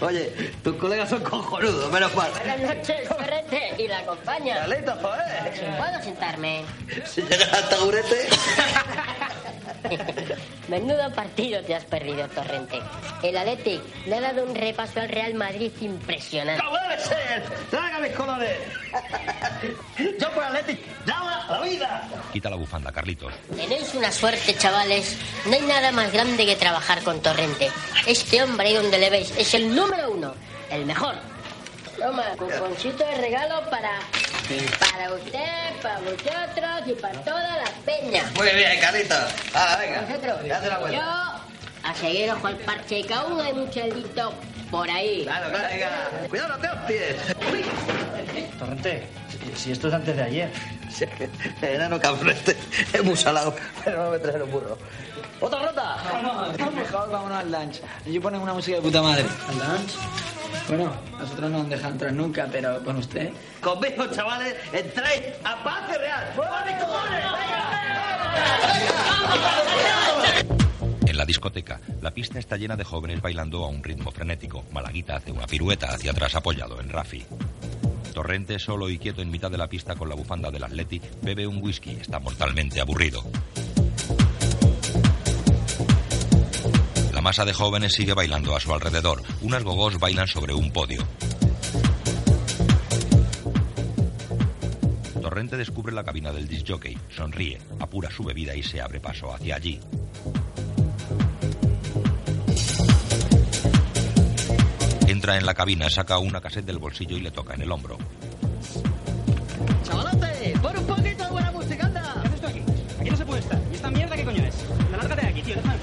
[SPEAKER 3] Oye, tus colegas son cojonudos, menos mal.
[SPEAKER 20] Buenas noches, Torrente, y la acompaña.
[SPEAKER 3] Carlita, joder.
[SPEAKER 20] ¿Puedo sentarme?
[SPEAKER 3] Si llegas al taburete.
[SPEAKER 20] Menudo partido te has perdido, Torrente. El Athletic le ha dado un repaso al Real Madrid impresionante.
[SPEAKER 3] ¡No puede ser! ¡Traga mis colores! ¡Yo por Atlético! ¡Dama la vida!
[SPEAKER 2] Quita la bufanda, Carlitos.
[SPEAKER 20] Tenéis una suerte, chavales. No hay nada más grande que trabajar con Torrente. Este hombre ahí donde le veis es el número uno, el mejor. Toma, cuponcito de regalo para, para usted, para vosotros y para toda la peña.
[SPEAKER 3] Muy bien, Carlita. Ah, venga.
[SPEAKER 20] Vosotros.
[SPEAKER 3] Ya te la vuelta.
[SPEAKER 20] Yo a seguir ojo al parche que aún hay mucho helito por ahí.
[SPEAKER 3] Claro, claro, venga. Cuidado, no te hostias. Uy.
[SPEAKER 6] Torrente, si- si esto es antes de ayer.
[SPEAKER 3] Si es que el enano cabrón este es muy salado, pero no me trajeron burro. ¡Otra ronda!
[SPEAKER 19] Por favor, vámonos al lunch. Yo ponen una música de puta madre.
[SPEAKER 28] ¿Al lunch? Bueno, nosotros no nos dejan entrar nunca, pero con usted.
[SPEAKER 3] Conmigo, chavales, entráis a Paz Real. ¡Muevan mis cojones!
[SPEAKER 2] En la discoteca, la pista está llena de jóvenes bailando a un ritmo frenético. Malaguita hace una pirueta hacia atrás apoyado en Rafi. Torrente, solo y quieto en mitad de la pista con la bufanda del Atleti, bebe un whisky. Está mortalmente aburrido. La masa de jóvenes sigue bailando a su alrededor. Unas gogós bailan sobre un podio. Torrente descubre la cabina del disc jockey, sonríe, apura su bebida y se abre paso hacia allí. Entra en la cabina, saca una cassette del bolsillo y le toca en el hombro.
[SPEAKER 5] ¡Chavalote! ¡Por un poquito de buena música, anda! ¿Qué haces tú aquí? Aquí no se puede estar. ¿Y esta mierda qué coño es? Lárgate de aquí, tío. Déjame.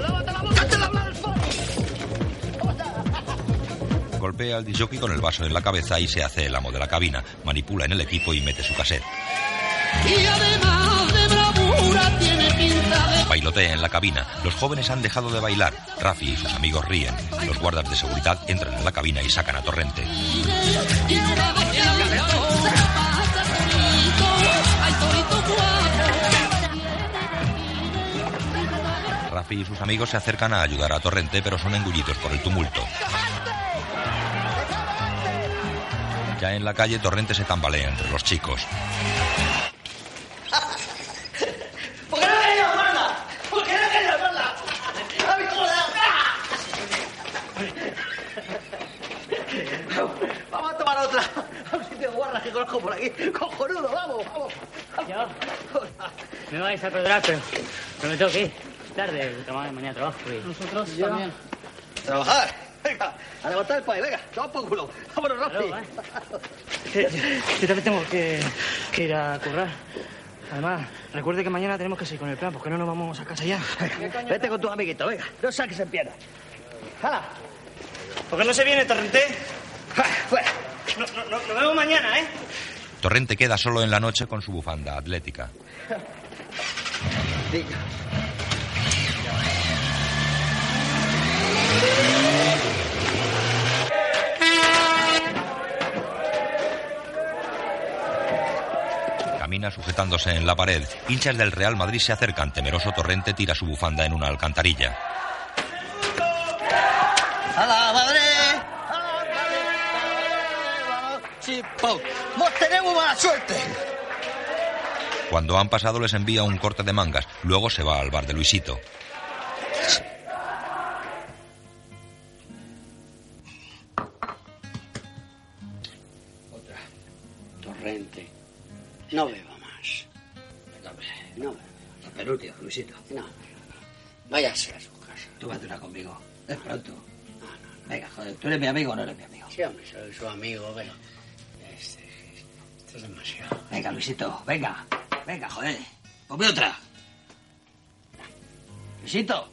[SPEAKER 5] ¡Lávate la boca antes de hablar el
[SPEAKER 2] Golpea al disjockey con el vaso en la cabeza y se hace el amo de la cabina. Manipula en el equipo y mete su cassette.
[SPEAKER 5] Y además de bravura tiene pinta de...
[SPEAKER 2] Bailotea en la cabina. Los jóvenes han dejado de bailar. Rafi y sus amigos ríen. Los guardas de seguridad entran en la cabina y sacan a Torrente. Rafi y sus amigos se acercan a ayudar a Torrente, pero son engullidos por el tumulto. Ya en la calle, Torrente se tambalea entre los chicos.
[SPEAKER 5] ¿Por qué no queréis llamarla? ¿Por qué no queréis llamarla? ¡A mi joder!
[SPEAKER 3] Vamos a tomar otra. A un sitio guarra que conozco por aquí. Cojonudo, vamos, vamos.
[SPEAKER 19] Me vais a perdonar, pero, pero me tengo que ir. Tarde, tomar mañana trabajo. Nosotros también.
[SPEAKER 3] Trabajar. Venga, a levantar el país, venga. Vamos por culo. Vámonos, Rafi.
[SPEAKER 6] Yo, eh, yo también tengo que, que ir a currar. Además, recuerde que mañana tenemos que seguir con el plan, porque no nos vamos a casa ya.
[SPEAKER 3] Vete con tus amiguitos, venga. No saques en pierna. ¡Hala!
[SPEAKER 6] ¿Por qué no se viene, Torrente? No, no, no, nos vemos mañana, ¿eh?
[SPEAKER 2] Torrente queda solo en la noche con su bufanda atlética. Camina camina sujetándose en la pared. Hinchas del Real Madrid se acercan. Temeroso Torrente tira su bufanda en una alcantarilla.
[SPEAKER 3] ¡Hala, madre! ¡Chipón! ¡Vos tenemos mala suerte!
[SPEAKER 2] Cuando han pasado les envía un corte de mangas. Luego se va al bar de Luisito.
[SPEAKER 18] Torrente. No beba más. No beba. La penúltima, Luisito. No. Váyase a su casa. Tú vas una conmigo. Es pronto. Venga, joder, ¿tú eres mi amigo o no eres mi amigo? Sí, hombre, soy su amigo, pero... Este, esto es demasiado. Venga, Luisito, venga. Venga, joder. Ponme otra. Luisito.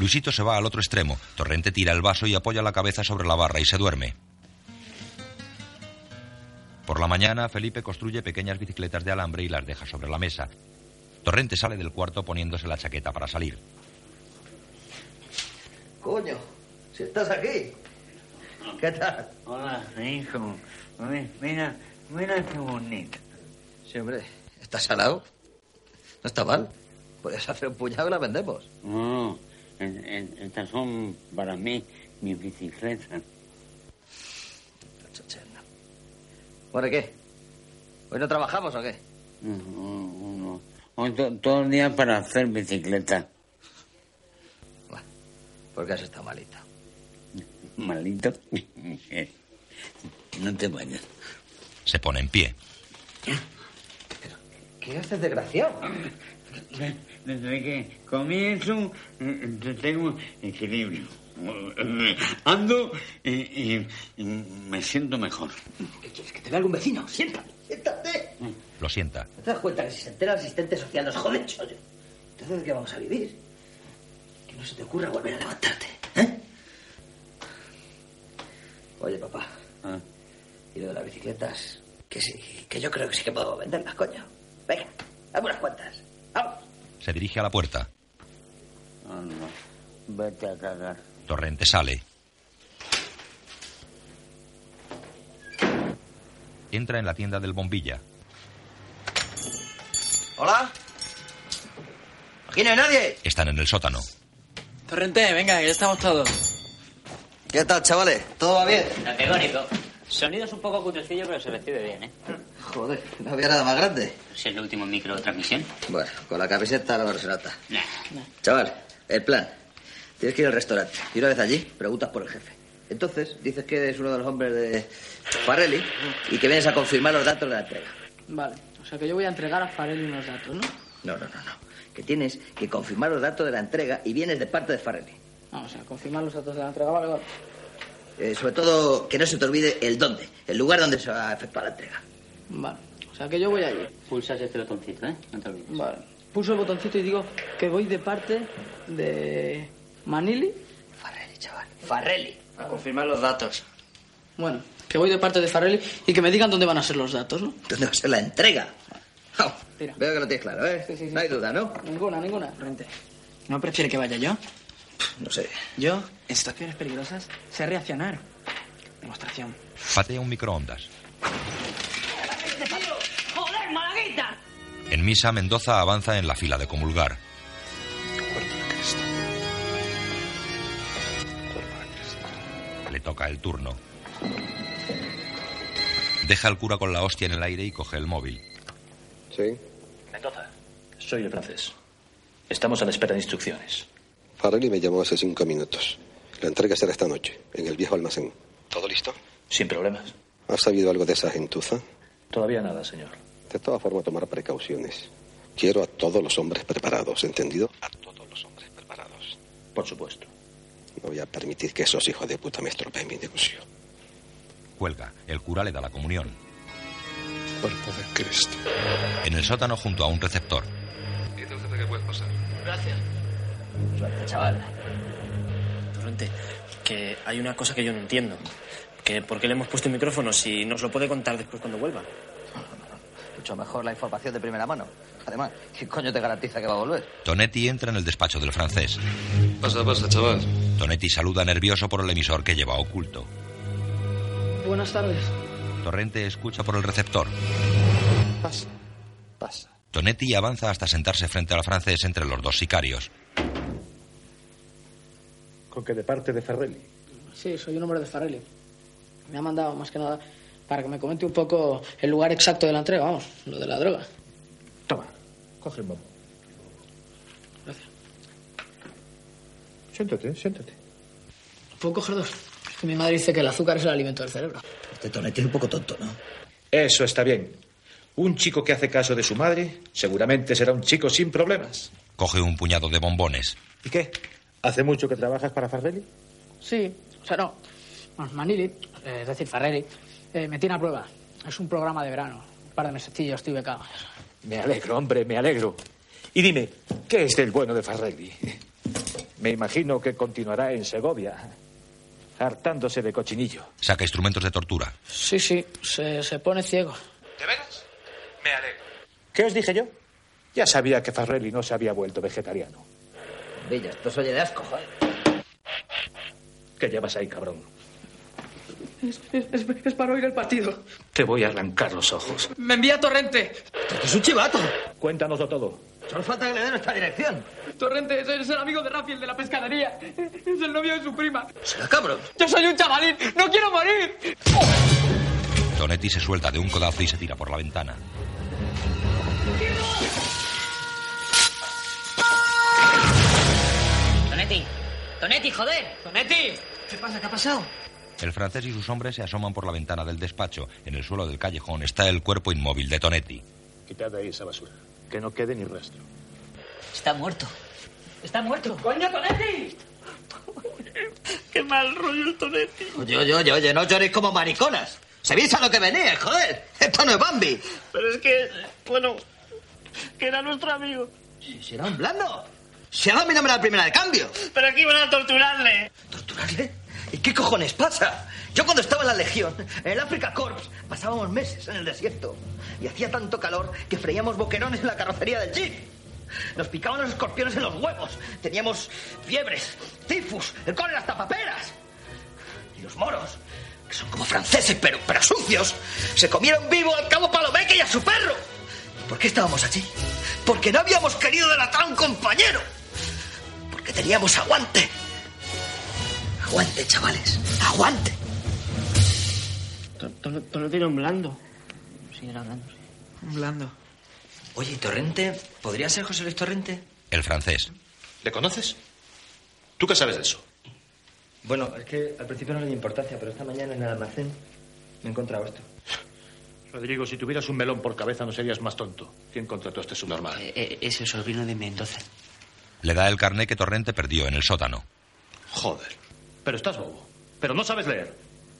[SPEAKER 2] Luisito se va al otro extremo. Torrente tira el vaso y apoya la cabeza sobre la barra y se duerme. Por la mañana, Felipe construye pequeñas bicicletas de alambre y las deja sobre la mesa. Torrente sale del cuarto poniéndose la chaqueta para salir.
[SPEAKER 18] Coño, si estás aquí. ¿Qué tal?
[SPEAKER 9] Hola, hijo. Mi- Mira, mira qué bonito.
[SPEAKER 3] Sí, hombre. ¿Estás salado? No está mal. Podrías hacer un puñado y la vendemos.
[SPEAKER 9] No, en- en- estas son para mí mis bicicletas.
[SPEAKER 3] ¿Bueno qué? ¿Hoy Pues no trabajamos o qué?
[SPEAKER 9] Uno, hoy to- todo el día para hacer bicicleta.
[SPEAKER 3] Porque has estado malito.
[SPEAKER 9] Malito. No te vayas.
[SPEAKER 2] Se pone en pie.
[SPEAKER 3] ¿Qué haces, desgraciado?
[SPEAKER 9] Desde que comienzo, eh, eh, tengo equilibrio. Ando y, y- y me siento mejor.
[SPEAKER 18] Que te vea algún vecino. Siéntate.
[SPEAKER 2] Lo sienta.
[SPEAKER 18] ¿No te das cuenta que si se entera el asistente social nos jode, chollo? Entonces, ¿de qué vamos a vivir? Que no se te ocurra volver a levantarte, ¿eh? Oye, papá.
[SPEAKER 9] Ah.
[SPEAKER 18] Y lo de las bicicletas, que sí, que yo creo que sí que puedo venderlas, coño. Venga, dame unas cuantas.
[SPEAKER 2] Se dirige a la puerta.
[SPEAKER 9] Anda, vete a cagar.
[SPEAKER 2] Torrente sale. Entra en la tienda del bombilla.
[SPEAKER 3] ¿Hola?
[SPEAKER 28] Aquí no hay nadie.
[SPEAKER 2] Están en el sótano.
[SPEAKER 28] Torrente, venga, que ya estamos todos.
[SPEAKER 3] ¿Qué tal, chavales? ¿Todo va bien?
[SPEAKER 7] Categórico. Sonidos un poco cutrecillo, pero se recibe bien, ¿eh?
[SPEAKER 3] Joder, no había nada más grande.
[SPEAKER 7] Si es el último micro de transmisión.
[SPEAKER 3] Bueno, con la camiseta no se nota. Chaval, el plan. Tienes que ir al restaurante. Y una vez allí, preguntas por el jefe. Entonces, dices que eres uno de los hombres de Farrelly y que vienes a confirmar los datos de la entrega.
[SPEAKER 15] Vale, o sea que yo voy a entregar a Farelli unos datos, ¿no?
[SPEAKER 3] No, no, no, no. Que tienes que confirmar los datos de la entrega y vienes de parte de Farrelly.
[SPEAKER 15] Ah, o sea, confirmar los datos de la entrega, vale, vale.
[SPEAKER 3] Eh, sobre todo, que no se te olvide el dónde, el lugar donde se va a efectuar la entrega.
[SPEAKER 15] Vale, o sea que yo voy allí.
[SPEAKER 7] Pulsas este botoncito, ¿eh? No te olvides.
[SPEAKER 15] Vale. Pulso el botoncito y digo que voy de parte de Manili.
[SPEAKER 3] Farrelly, chaval. Farrelly.
[SPEAKER 15] A confirmar los datos. Bueno, que voy de parte de Farelli y que me digan dónde van a ser los datos, ¿no?
[SPEAKER 3] ¿Dónde va a ser la entrega? Veo que lo tienes claro, ¿eh? No hay duda, ¿no?
[SPEAKER 15] Ninguna, ninguna. Rente. ¿No prefiere que vaya yo?
[SPEAKER 3] No sé.
[SPEAKER 15] Yo, en situaciones peligrosas, sé reaccionar. Demostración.
[SPEAKER 2] Patea un microondas.
[SPEAKER 12] Este
[SPEAKER 15] ¡Joder, malaguita!
[SPEAKER 2] En misa, Mendoza avanza en la fila de comulgar. Le toca el turno. Deja al cura con la hostia en el aire y coge el móvil.
[SPEAKER 16] Sí.
[SPEAKER 21] Mendoza, soy el francés. Estamos a la espera de instrucciones.
[SPEAKER 16] Farrelly me llamó hace cinco minutos. La entrega será esta noche, en el viejo almacén.
[SPEAKER 21] ¿Todo listo? Sin problemas.
[SPEAKER 16] ¿Has sabido algo de esa gentuza?
[SPEAKER 21] Todavía nada, señor.
[SPEAKER 16] De todas formas, tomar precauciones. Quiero a todos los hombres preparados, ¿entendido? A todos los hombres preparados.
[SPEAKER 21] Por supuesto.
[SPEAKER 16] No voy a permitir que esos hijos de puta me estropeen mi negocio.
[SPEAKER 2] Cuelga. El cura le da la comunión.
[SPEAKER 16] Cuerpo de Cristo.
[SPEAKER 2] En el sótano junto a un receptor.
[SPEAKER 21] Dice usted que puedes pasar.
[SPEAKER 15] Gracias.
[SPEAKER 21] Suerte, chaval.
[SPEAKER 6] Torrente, que hay una cosa que yo no entiendo. Que ¿Por qué le hemos puesto un micrófono si nos lo puede contar después cuando vuelva?
[SPEAKER 3] Mucho mejor la información de primera mano. Además, ¿qué coño te garantiza que va a volver?
[SPEAKER 2] Tonetti entra en el despacho del francés.
[SPEAKER 21] Pasa, pasa, chaval.
[SPEAKER 2] Tonetti saluda nervioso por el emisor que lleva oculto.
[SPEAKER 15] Buenas tardes.
[SPEAKER 2] Torrente escucha por el receptor.
[SPEAKER 4] Pasa, pasa.
[SPEAKER 2] Tonetti avanza hasta sentarse frente al francés entre los dos sicarios.
[SPEAKER 4] Con que de parte de Ferrelli.
[SPEAKER 15] Sí, soy un hombre de Farelli. Me ha mandado, más que nada, para que me comente un poco el lugar exacto de la entrega, vamos, lo de la droga.
[SPEAKER 4] Coge el mapa. Siéntate, siéntate.
[SPEAKER 15] ¿Puedo coger dos? Es que mi madre dice que el azúcar es el alimento del cerebro. Este tonete es un poco tonto, ¿no?
[SPEAKER 4] Eso está bien. Un chico que hace caso de su madre seguramente será un chico sin problemas.
[SPEAKER 2] Coge un puñado de bombones.
[SPEAKER 4] ¿Y qué? ¿Hace mucho que trabajas para Farrelli?
[SPEAKER 15] Sí, o sea, no. Bueno, Manili, eh, es decir, Farrelli, eh, me tiene a prueba. Es un programa de verano. Un par de mesecillos estoy becado.
[SPEAKER 4] Me alegro, hombre, me alegro. Y dime, ¿qué es del bueno de Farrelli? Me imagino que continuará en Segovia, hartándose de cochinillo.
[SPEAKER 2] Saca instrumentos de tortura.
[SPEAKER 15] Sí, sí, se, se pone ciego.
[SPEAKER 4] Me alegro. ¿Qué os dije yo? Ya sabía que Farrelli no se había vuelto vegetariano.
[SPEAKER 3] Villa, esto se oye de asco, joder.
[SPEAKER 4] ¿Qué llevas ahí, cabrón?
[SPEAKER 15] Es, para oír el partido.
[SPEAKER 4] Te voy a arrancar los ojos.
[SPEAKER 15] ¡Me envía Torrente!
[SPEAKER 4] ¡Es un chivato! Cuéntanoslo todo.
[SPEAKER 15] Solo falta que le den esta dirección. Torrente es, es el amigo de Rafi, el de la pescadería. Es el novio de su prima.
[SPEAKER 4] ¡Será cabrón!
[SPEAKER 15] ¡Yo soy un chavalín! ¡No quiero morir!
[SPEAKER 2] Tonetti se suelta de un codazo y se tira por la ventana.
[SPEAKER 12] Tonetti, Tonetti, joder. Tonetti.
[SPEAKER 15] ¿Qué pasa? ¿Qué ha pasado?
[SPEAKER 2] El francés y sus hombres se asoman por la ventana del despacho. En el suelo del callejón está el cuerpo inmóvil de Tonetti.
[SPEAKER 4] Quitad ahí esa basura. Que no quede ni rastro.
[SPEAKER 12] Está muerto. Está muerto.
[SPEAKER 15] ¡Coño, Tonetti!
[SPEAKER 12] ¡Qué mal rollo el Tonetti!
[SPEAKER 3] Oye, oye, oye, oye, no lloréis como mariconas. Se a lo que venía, joder. Esto no es Bambi.
[SPEAKER 12] Pero es que, bueno, que era nuestro amigo.
[SPEAKER 3] Si era un blando. Si ahora mi nombre era el primero de cambio.
[SPEAKER 12] Pero aquí iban a torturarle.
[SPEAKER 3] ¿Y qué cojones pasa? Yo cuando estaba en la Legión, en el África Corps, pasábamos meses en el desierto. Y hacía tanto calor que freíamos boquerones en la carrocería del jeep. Nos picaban los escorpiones en los huevos. Teníamos fiebres, tifus, el cólera hasta paperas. Y los moros, que son como franceses pero, pero sucios, se comieron vivo al cabo Palomeque y a su perro. ¿Por qué estábamos allí? Porque no habíamos querido delatar a un compañero. Porque teníamos aguante. Aguante, chavales. Aguante.
[SPEAKER 29] Tonetti era un blando. Sí, era blando.
[SPEAKER 15] Blando.
[SPEAKER 3] Oye, ¿y Torrente? ¿Podría ser José Luis Torrente?
[SPEAKER 2] El francés.
[SPEAKER 4] ¿Le conoces? ¿Tú qué sabes de eso?
[SPEAKER 6] Bueno, es que al principio no le di importancia, pero esta mañana en el almacén me he encontrado esto.
[SPEAKER 4] Rodrigo, si tuvieras un melón por cabeza no serías más tonto. ¿Quién contrató a este subnormal?
[SPEAKER 12] es el sobrino de Mendoza.
[SPEAKER 2] Le da el carné que Torrente perdió en el sótano.
[SPEAKER 4] Joder. Pero estás bobo. Pero no sabes leer.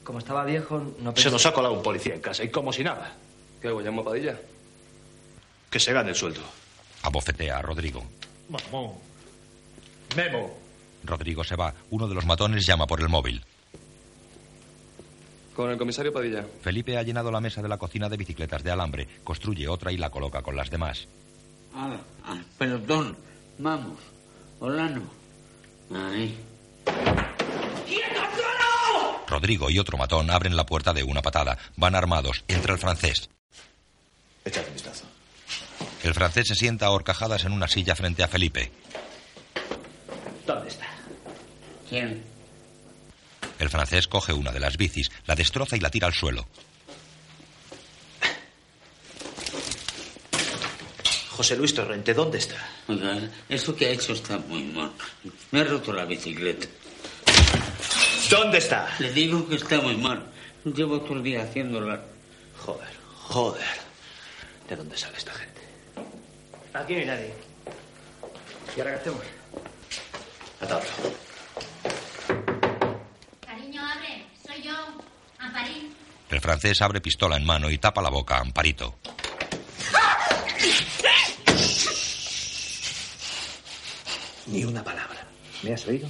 [SPEAKER 6] Como estaba viejo, no pensé...
[SPEAKER 4] Se nos ha colado un policía en casa y como si nada.
[SPEAKER 6] ¿Qué hago, llamo a Padilla?
[SPEAKER 4] Que se gane el sueldo.
[SPEAKER 2] Abofetea a Rodrigo.
[SPEAKER 4] Mamón. Memo.
[SPEAKER 2] Rodrigo se va. Uno de los matones llama por el móvil.
[SPEAKER 6] Con el comisario Padilla.
[SPEAKER 2] Felipe ha llenado la mesa de la cocina de bicicletas de alambre, construye otra y la coloca con las demás.
[SPEAKER 9] Ah, ah, perdón. Vamos. Olano. Ahí.
[SPEAKER 2] Rodrigo y otro matón abren la puerta de una patada. Van armados. Entra el francés.
[SPEAKER 4] Echad un vistazo.
[SPEAKER 2] El francés se sienta a horcajadas en una silla frente a Felipe.
[SPEAKER 9] ¿Dónde está? ¿Quién?
[SPEAKER 2] El francés coge una de las bicis, la destroza y la tira al suelo.
[SPEAKER 4] José Luis Torrente, ¿dónde está?
[SPEAKER 9] Oiga, esto que ha hecho está muy mal. Me ha roto la bicicleta.
[SPEAKER 4] ¿Dónde está?
[SPEAKER 9] Le digo que está muy mal. Llevo todo el día haciéndola.
[SPEAKER 4] Joder, joder. ¿De dónde sale esta gente?
[SPEAKER 6] Aquí no hay nadie. ¿Y ahora qué hacemos?
[SPEAKER 4] Atadlo.
[SPEAKER 17] Cariño, abre. Soy yo, Amparín.
[SPEAKER 2] El francés abre pistola en mano y tapa la boca a Amparito.
[SPEAKER 4] Ni una palabra. ¿Me has oído?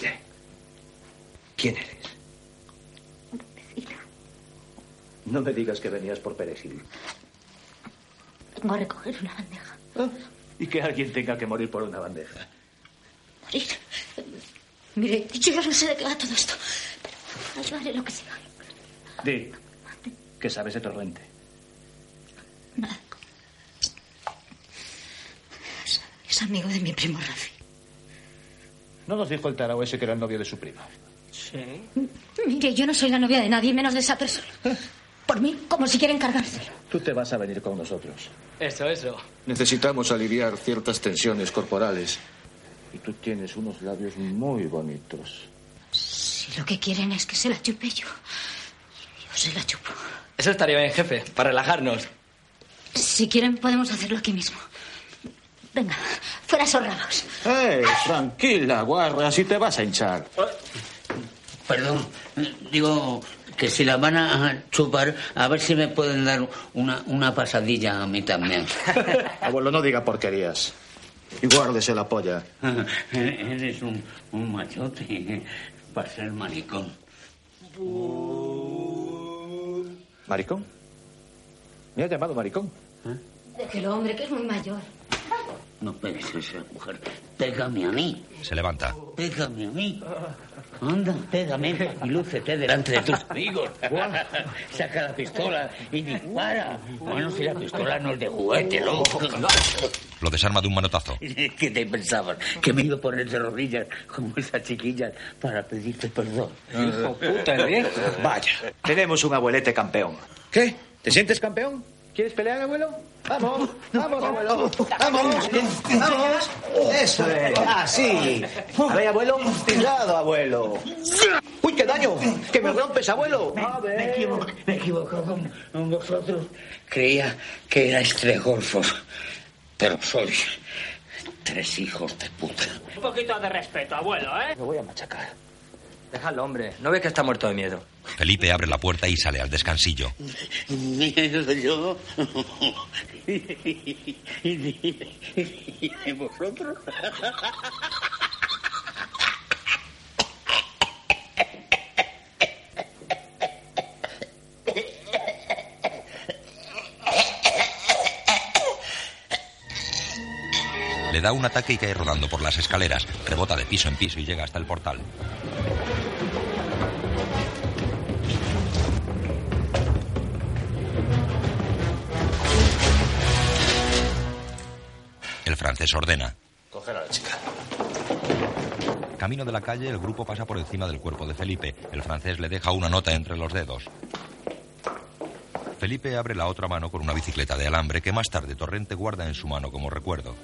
[SPEAKER 4] Bien. ¿Quién eres? No me digas que venías por perejil.
[SPEAKER 17] Vengo a recoger una bandeja.
[SPEAKER 1] ¿Eh?
[SPEAKER 4] Y que alguien tenga que morir por una bandeja.
[SPEAKER 17] Morir. Mire, yo ya no sé de qué va todo esto. Pero ayudaré lo que sea.
[SPEAKER 4] Di, ¿qué sabes de Torrente?
[SPEAKER 1] Es amigo de mi primo Rafi.
[SPEAKER 4] No nos dijo el tarao ese que era el novio de su prima.
[SPEAKER 1] Sí. Mire, yo no soy la novia de nadie, menos de esa persona. Por mí, como si quiera encargarse.
[SPEAKER 4] Tú te vas a venir con nosotros.
[SPEAKER 6] Eso, eso.
[SPEAKER 4] Necesitamos aliviar ciertas tensiones corporales. Y tú tienes unos labios muy bonitos.
[SPEAKER 1] Si lo que quieren es que se la chupe yo, yo se la chupo.
[SPEAKER 6] Eso estaría bien, jefe, para relajarnos.
[SPEAKER 1] Si quieren, podemos hacerlo aquí mismo. Venga, fuera esos rabos.
[SPEAKER 4] ¡Eh! Tranquila, guarra, así te vas a hinchar.
[SPEAKER 9] Perdón, digo que si la van a chupar, a ver si me pueden dar una, una pasadilla a mí también.
[SPEAKER 4] Abuelo, no diga porquerías. Y guárdese la polla.
[SPEAKER 9] Eres un, un machote para ser maricón.
[SPEAKER 4] ¿Maricón? ¿Me has llamado maricón?
[SPEAKER 1] el hombre, que es muy mayor.
[SPEAKER 9] No pegues a esa mujer. Pégame a mí.
[SPEAKER 2] Se levanta.
[SPEAKER 9] Pégame a mí. Anda, pégame y lúcete delante de tus amigos. Saca la pistola y dispara. Bueno, si la pistola no es de juguete, loco.
[SPEAKER 2] Lo desarma de un manotazo.
[SPEAKER 9] ¿Qué te pensabas? Que me iba a poner de rodillas como esa chiquilla para pedirte perdón. Hijo puta, ¿eh?
[SPEAKER 4] Vaya, tenemos un abuelete campeón. ¿Qué? ¿Te sientes campeón? ¿Quieres pelear, abuelo? Vamos, vamos, abuelo. Vamos, vamos. Eso es,
[SPEAKER 12] ah,
[SPEAKER 4] así. A ver, abuelo, cuidado, abuelo. ¡Uy, qué daño! ¡Que me rompes, abuelo!
[SPEAKER 9] Me equivoco, me equivoco con, con vosotros. Creía que erais tres golfos, pero sois tres hijos de puta.
[SPEAKER 30] Un poquito de respeto, abuelo, ¿eh?
[SPEAKER 6] Lo voy a machacar. Déjalo, hombre. No ves que está muerto de miedo.
[SPEAKER 2] Felipe abre la puerta y sale al descansillo.
[SPEAKER 9] Miedo yo. ¿Y vosotros?
[SPEAKER 2] Le da un ataque y cae rodando por las escaleras. Rebota de piso en piso y llega hasta el portal. El francés ordena.
[SPEAKER 4] Coger a la chica.
[SPEAKER 2] Camino de la calle, el grupo pasa por encima del cuerpo de Felipe. El francés le deja una nota entre los dedos. Felipe abre la otra mano con una bicicleta de alambre que más tarde Torrente guarda en su mano como recuerdo.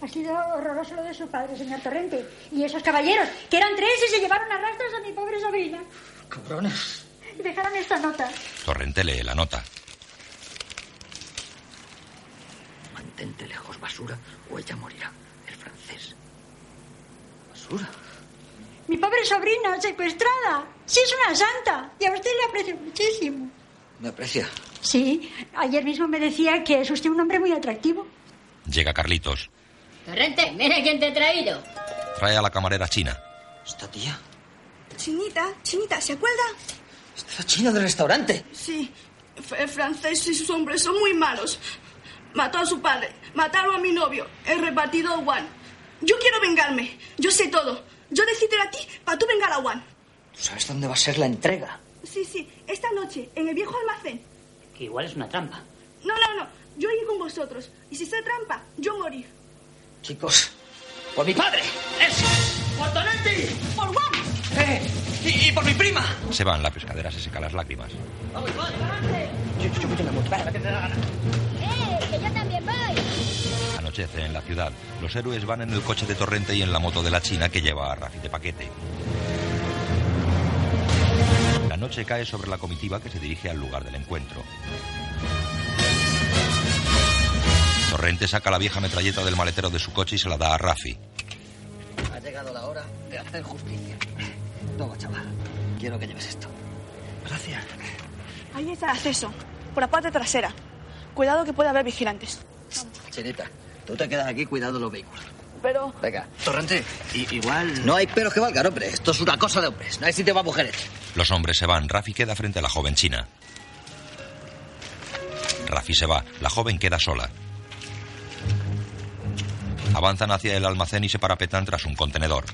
[SPEAKER 8] Ha sido horroroso lo de su padre, señor Torrente. Y esos caballeros, que eran tres y se llevaron a rastras a mi pobre sobrina.
[SPEAKER 2] Cabrones.
[SPEAKER 8] Y dejaron esta nota.
[SPEAKER 2] Torrente lee la nota.
[SPEAKER 31] Mantente lejos, basura, o ella morirá. El francés. ¿Basura?
[SPEAKER 8] Mi pobre sobrina, secuestrada. Sí, es una santa. Y a usted le aprecio muchísimo.
[SPEAKER 32] Me aprecia.
[SPEAKER 8] Sí, ayer mismo me decía que es usted un hombre muy atractivo.
[SPEAKER 2] Llega Carlitos.
[SPEAKER 33] Torrente, mira quién te he traído.
[SPEAKER 2] Trae a la camarera china.
[SPEAKER 32] ¿Esta tía?
[SPEAKER 22] Chinita, Chinita, ¿se acuerda?
[SPEAKER 32] ¿La china del restaurante?
[SPEAKER 22] Sí, el francés y sus hombres son muy malos. Mató a su padre, mataron a mi novio, el repartido Juan. Yo quiero vengarme, yo sé todo. Yo decido a ti para tú vengar a Juan.
[SPEAKER 32] ¿Tú sabes dónde va a ser la entrega?
[SPEAKER 22] Sí, sí, esta noche, en el viejo almacén.
[SPEAKER 30] Que igual es una trampa.
[SPEAKER 22] No, no, no, yo iré con vosotros. Y si se trampa, yo morir.
[SPEAKER 32] Chicos, por mi padre.
[SPEAKER 12] ¡Eso! ¡Por Tonetti!
[SPEAKER 22] ¡Por Juan!
[SPEAKER 12] ¡Eh! Y, y por mi prima!
[SPEAKER 2] Se van, la pescadera se seca las lágrimas.
[SPEAKER 12] ¡Vamos, Juan! Yo, yo voy en la moto. Vale, vete, vete, vete.
[SPEAKER 34] ¡Eh! ¡Que yo también voy!
[SPEAKER 2] Anochece en la ciudad. Los héroes van en el coche de Torrente y en la moto de la China que lleva a Rafi de paquete. La noche cae sobre la comitiva que se dirige al lugar del encuentro. Torrente saca la vieja metralleta del maletero de su coche y se la da a Rafi.
[SPEAKER 3] Ha llegado la hora de hacer justicia.
[SPEAKER 32] Toma, chaval. Quiero que lleves esto. Gracias.
[SPEAKER 22] Ahí está el acceso, por la parte trasera. Cuidado que puede haber vigilantes.
[SPEAKER 3] Chinita, tú te quedas aquí cuidando los vehículos.
[SPEAKER 22] Pero
[SPEAKER 3] Venga.
[SPEAKER 32] Torrente, igual.
[SPEAKER 3] No hay peros que valgan, hombre. Esto es una cosa de hombres. No hay sitio para mujeres.
[SPEAKER 2] Los hombres se van. Rafi queda frente a la joven china. Rafi se va. La joven queda sola. Avanzan hacia el almacén y se parapetan tras un contenedor.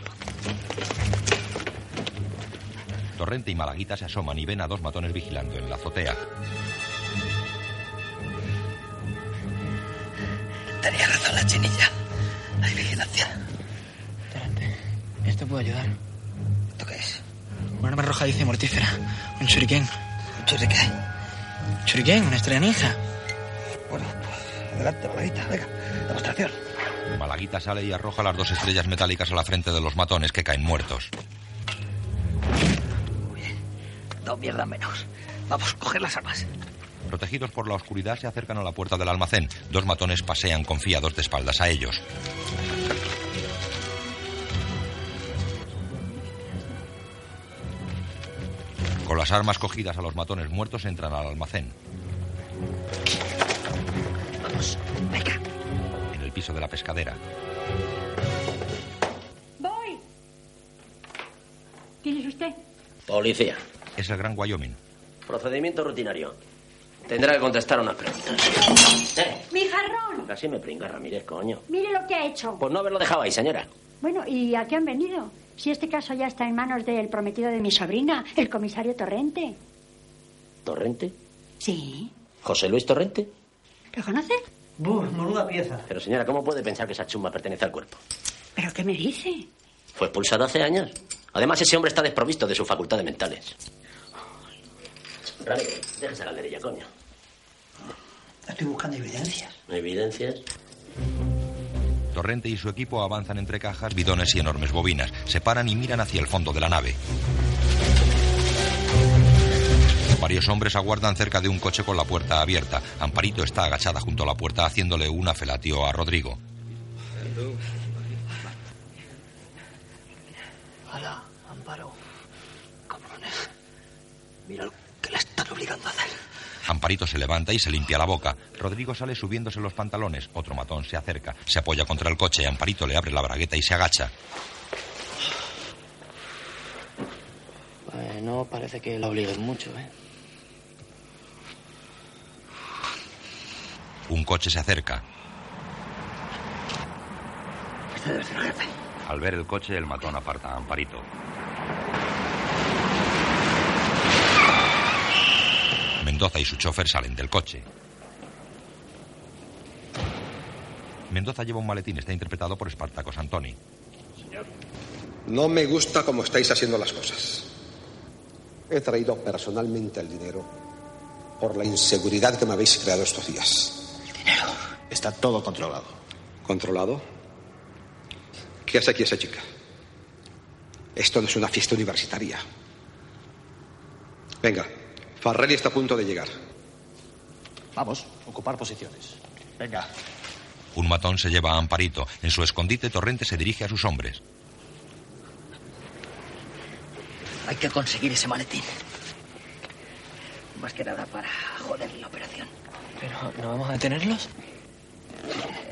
[SPEAKER 2] Torrente y Malaguita se asoman y ven a dos matones vigilando en la azotea.
[SPEAKER 12] Tenía razón la chinilla. Hay vigilancia. Espérate. Esto puede ayudar. ¿Esto qué es? Un arma roja dice mortífera. Un shuriken. ¿Un shuriken? ¿Shuriken? ¿Una estrella ninja? Bueno, pues adelante, maladita. Venga, demostración.
[SPEAKER 2] Malaguita sale y arroja las dos estrellas metálicas a la frente de los matones que caen muertos.
[SPEAKER 12] Dos mierdas menos. Vamos, coger las armas.
[SPEAKER 2] Protegidos por la oscuridad, se acercan a la puerta del almacén. Dos matones pasean confiados de espaldas a ellos. Con las armas cogidas a los matones muertos entran al almacén.
[SPEAKER 12] Vamos, venga.
[SPEAKER 2] En el piso de la pescadera,
[SPEAKER 8] Voy. ¿Quién es usted?
[SPEAKER 28] Policía.
[SPEAKER 2] es el gran Wyoming.
[SPEAKER 28] Procedimiento rutinario. Tendrá que contestar unas preguntas. Eh,
[SPEAKER 8] Mi jarrón.
[SPEAKER 28] Así me pringa, Ramírez, coño.
[SPEAKER 8] Mire lo que ha hecho.
[SPEAKER 28] Pues no haberlo dejado ahí, señora.
[SPEAKER 8] Bueno, ¿y a qué han venido? Si este caso ya está en manos del prometido de mi sobrina, el comisario Torrente.
[SPEAKER 28] ¿Torrente?
[SPEAKER 8] Sí.
[SPEAKER 28] ¿José Luis Torrente?
[SPEAKER 8] ¿Lo conoce?
[SPEAKER 28] Buf, menuda pieza. Pero, señora, ¿cómo puede pensar que esa chumba pertenece al cuerpo?
[SPEAKER 8] ¿Pero qué me dice?
[SPEAKER 28] Fue expulsado hace años. Además, ese hombre está desprovisto de sus facultades mentales. Ramírez, déjese la lerilla, coño.
[SPEAKER 12] Estoy buscando evidencias.
[SPEAKER 28] ¿Evidencias?
[SPEAKER 2] Torrente y su equipo avanzan entre cajas, bidones y enormes bobinas. Se paran y miran hacia el fondo de la nave. Varios hombres aguardan cerca de un coche con la puerta abierta. Amparito está agachada junto a la puerta haciéndole una felatio a Rodrigo.
[SPEAKER 12] Hala, Amparo. Cabrones. Mira lo que la están obligando a hacer.
[SPEAKER 2] Amparito se levanta y se limpia la boca. Rodrigo sale subiéndose los pantalones. Otro matón se acerca. Se apoya contra el coche. Amparito le abre la bragueta y se agacha.
[SPEAKER 12] no parece que la obliguen mucho, ¿eh?
[SPEAKER 2] Un coche se acerca.
[SPEAKER 3] Este
[SPEAKER 2] Al ver el coche, el matón aparta a Amparito. Mendoza y su chofer salen del coche. Mendoza lleva un maletín, está interpretado por Espartaco Santoni.
[SPEAKER 4] No me gusta cómo estáis haciendo las cosas. He traído personalmente el dinero por la inseguridad que me habéis creado estos días. ¿El dinero? Está todo controlado. ¿Controlado? ¿Qué hace aquí esa chica? Esto no es una fiesta universitaria. Venga, Farrelly está a punto de llegar.
[SPEAKER 35] Vamos, ocupar posiciones. Venga.
[SPEAKER 2] Un matón se lleva a Amparito. En su escondite, Torrente se dirige a sus hombres.
[SPEAKER 3] Hay que conseguir ese maletín. Más que nada para joder la operación.
[SPEAKER 12] Pero, ¿no vamos a detenerlos?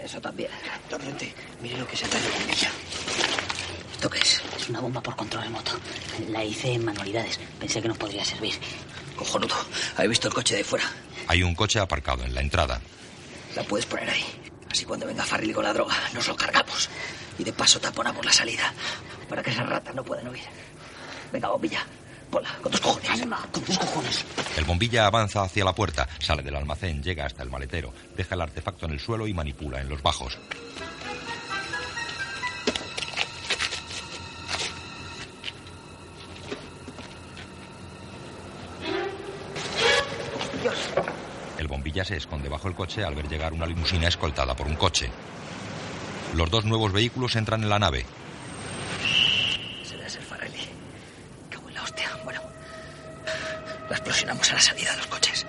[SPEAKER 3] Eso también. Torrente, mire lo que se trae en ella.
[SPEAKER 6] ¿Esto qué es? Es una bomba por control remoto. La hice en manualidades. Pensé que nos podría servir.
[SPEAKER 3] Cojonudo, ¿habéis visto el coche de fuera?
[SPEAKER 2] Hay un coche aparcado en la entrada.
[SPEAKER 3] La puedes poner ahí. Así cuando venga Farrelly con la droga, nos lo cargamos. Y de paso taponamos la salida. Para que esas ratas no puedan huir. Venga, bombilla. Ponla, con tus cojones. con tus cojones.
[SPEAKER 2] El bombilla avanza hacia la puerta, sale del almacén, llega hasta el maletero, deja el artefacto en el suelo y manipula en los bajos. El bombilla se esconde bajo el coche al ver llegar una limusina escoltada por un coche. Los dos nuevos vehículos entran en la nave.
[SPEAKER 3] Se debe ser Farrelly. Cago en la hostia. Bueno, la explosionamos a la salida de los coches.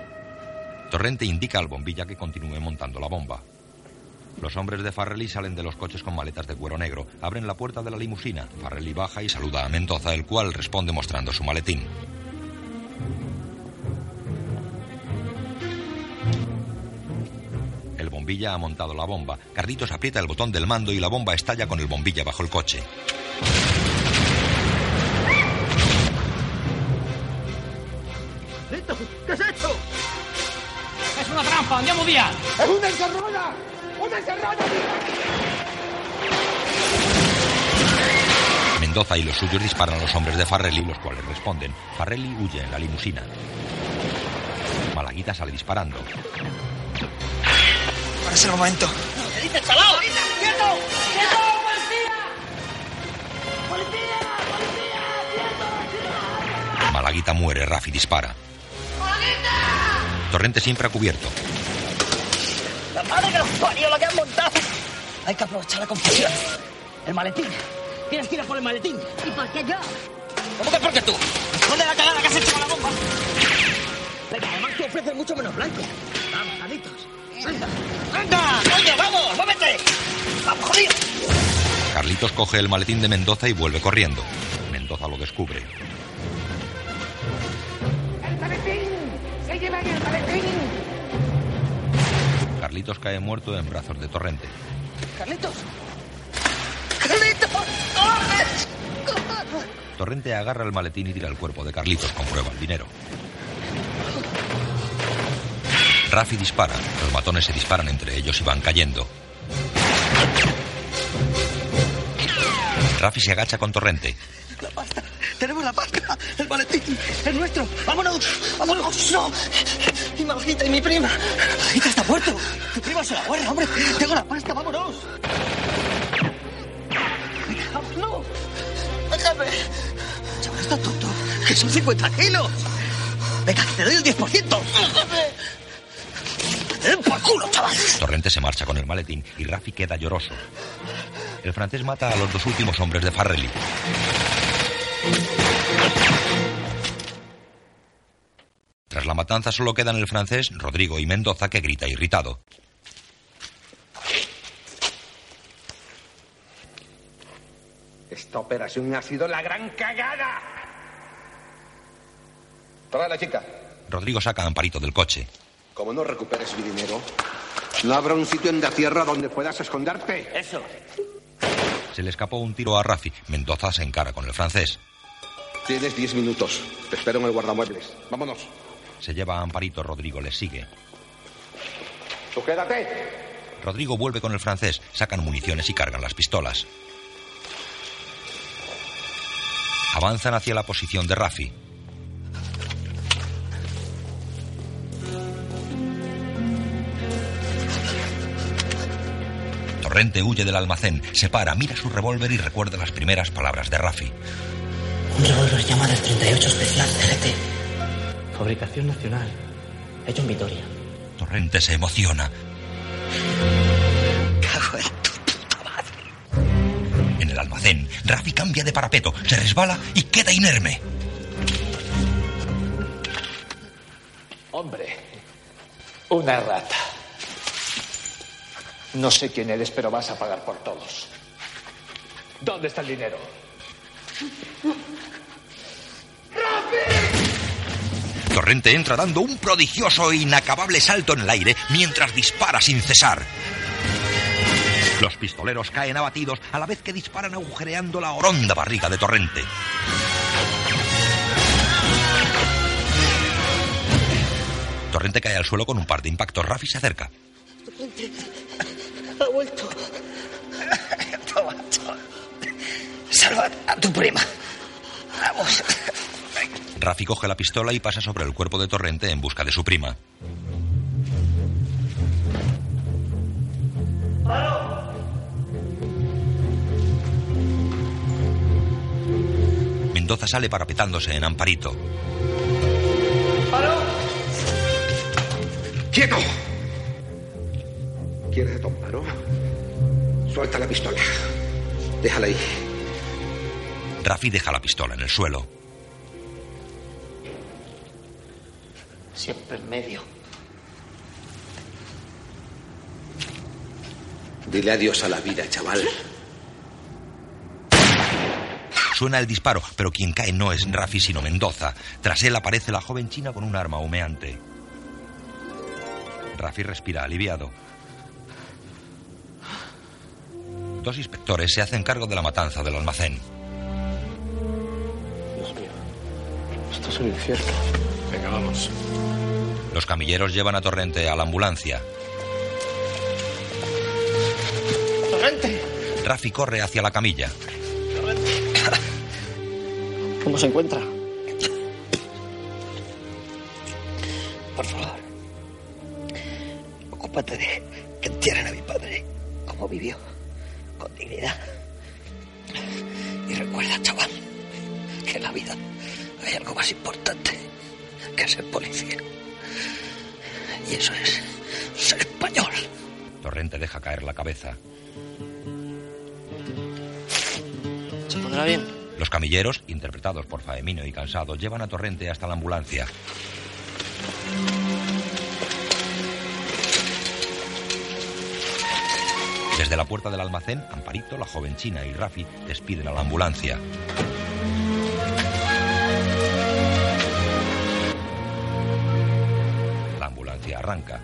[SPEAKER 2] Torrente indica al bombilla que continúe montando la bomba. Los hombres de Farrelly salen de los coches con maletas de cuero negro, abren la puerta de la limusina. Farrelly baja y saluda a Mendoza, el cual responde mostrando su maletín. El bombilla ha montado la bomba. Carlitos aprieta el botón del mando y la bomba estalla con el bombilla bajo el coche.
[SPEAKER 36] ¡Listo! ¿Qué es esto?
[SPEAKER 12] ¡Es una trampa! ¡Andiamo vía!
[SPEAKER 36] ¡Es una encerrona! ¡Una encerrona!
[SPEAKER 2] Mendoza y los suyos disparan a los hombres de Farrelly, los cuales responden. Farrelly huye en la limusina. Malaguita sale disparando.
[SPEAKER 21] Ahora es el momento.
[SPEAKER 5] ¿Qué dices, chalao? ¡Quieto! ¡Quieto, policía!
[SPEAKER 2] Malaguita muere, Rafi dispara. Torrente siempre a cubierto.
[SPEAKER 12] ¡La madre que los parió, la que han montado! Hay que aprovechar la confusión. El maletín. Tienes que ir a por el maletín.
[SPEAKER 10] ¿Y por qué yo?
[SPEAKER 12] ¿Cómo que por qué tú? ¿Dónde la cagada que has hecho con la bomba? Venga, además te ofrecen mucho menos blanco. Vamos, amitos. ¡Anda! ¡Anda! ¡Coño, vamos! ¡Muévete! ¡Vamos, jodido!
[SPEAKER 2] Carlitos coge el maletín de Mendoza y vuelve corriendo. Mendoza lo descubre.
[SPEAKER 5] ¡El maletín! ¡Se llevan el maletín!
[SPEAKER 2] Carlitos cae muerto en brazos de Torrente.
[SPEAKER 12] ¡Carlitos! ¡Carlitos! ¡Corre! ¡Corre!
[SPEAKER 2] Torrente agarra el maletín y tira el cuerpo de Carlitos. Comprueba el dinero. Rafi dispara. Los matones se disparan entre ellos y van cayendo. Rafi se agacha con Torrente.
[SPEAKER 12] ¡La pasta! ¡Tenemos la pasta! ¡El maletín! ¡Es nuestro! ¡Vámonos! ¡Vámonos! ¡No! ¡Mi mamajita y mi prima! ¡Hija está muerto! ¡Tu prima se la guarda, hombre! ¡Tengo la pasta! ¡Vámonos! Venga, ¡Vamos! ¡No! ¡Déjame! Chaval, está tonto. ¡Que son 50 kilos! ¡Venga, te doy el 10%! ¡Déjame! ¡Te den por culo, chaval!
[SPEAKER 2] Torrente se marcha con el maletín y Rafi queda lloroso. El francés mata a los dos últimos hombres de Farrelly. Tras la matanza solo quedan el francés, Rodrigo y Mendoza que grita irritado.
[SPEAKER 15] Esta operación ha sido la gran cagada. Trae a la chica.
[SPEAKER 2] Rodrigo saca a Amparito del coche.
[SPEAKER 16] Como no recuperes mi dinero, no habrá un sitio en la tierra donde puedas esconderte.
[SPEAKER 12] Eso.
[SPEAKER 2] Se le escapó un tiro a Rafi. Mendoza se encara con el francés.
[SPEAKER 16] Tienes diez minutos. Te espero en el guardamuebles. Vámonos.
[SPEAKER 2] Se lleva a Amparito, Rodrigo le sigue.
[SPEAKER 15] Tú quédate.
[SPEAKER 2] Rodrigo vuelve con el francés, sacan municiones y cargan las pistolas. Avanzan hacia la posición de Rafi. Torrente huye del almacén, se para, mira su revólver y recuerda las primeras palabras de Rafi.
[SPEAKER 6] Un revólver llama del 38 especial CGT. Fabricación nacional. Hecho en Vitoria.
[SPEAKER 2] Torrente se emociona. En el almacén, Rafi cambia de parapeto, se resbala y queda inerme.
[SPEAKER 8] Hombre, una rata. No sé quién eres, pero vas a pagar por todos. ¿Dónde está el dinero?
[SPEAKER 2] Torrente entra dando un prodigioso e inacabable salto en el aire mientras dispara sin cesar. Los pistoleros caen abatidos a la vez que disparan agujereando la oronda barriga de Torrente. Torrente cae al suelo con un par de impactos. Rafi se acerca.
[SPEAKER 12] Ha vuelto. Toma, toma. Salva a tu prima. Vamos.
[SPEAKER 2] Rafi coge la pistola y pasa sobre el cuerpo de Torrente en busca de su prima. Mendoza sale parapetándose en Amparito.
[SPEAKER 16] ¡Quieto! ¿Quieres tomar, no? Suelta la pistola. Déjala ahí.
[SPEAKER 2] Rafi deja la pistola en el suelo.
[SPEAKER 12] Siempre en medio.
[SPEAKER 16] Dile adiós a la vida, chaval.
[SPEAKER 2] Suena el disparo, pero quien cae no es Rafi sino Mendoza. Tras él aparece la joven china con un arma humeante. Rafi respira aliviado. Dos inspectores se hacen cargo de la matanza del almacén.
[SPEAKER 37] Dios mío. Esto es un infierno. Venga, vamos.
[SPEAKER 2] Los camilleros llevan a Torrente a la ambulancia.
[SPEAKER 12] ¡Torrente!
[SPEAKER 2] Rafi corre hacia la camilla.
[SPEAKER 6] ¿Cómo se encuentra?
[SPEAKER 3] Por favor, ocúpate de que entierren a mi padre como vivió, con dignidad. Y recuerda, chaval, que en la vida hay algo más importante que ser policía. Y eso es ser español.
[SPEAKER 2] Torrente deja caer la cabeza.
[SPEAKER 6] ¿Se pondrá bien?
[SPEAKER 2] Los camilleros, interpretados por Faemino y Cansado, llevan a Torrente hasta la ambulancia. Desde la puerta del almacén, Amparito, la joven china y Rafi despiden a la ambulancia. La ambulancia arranca.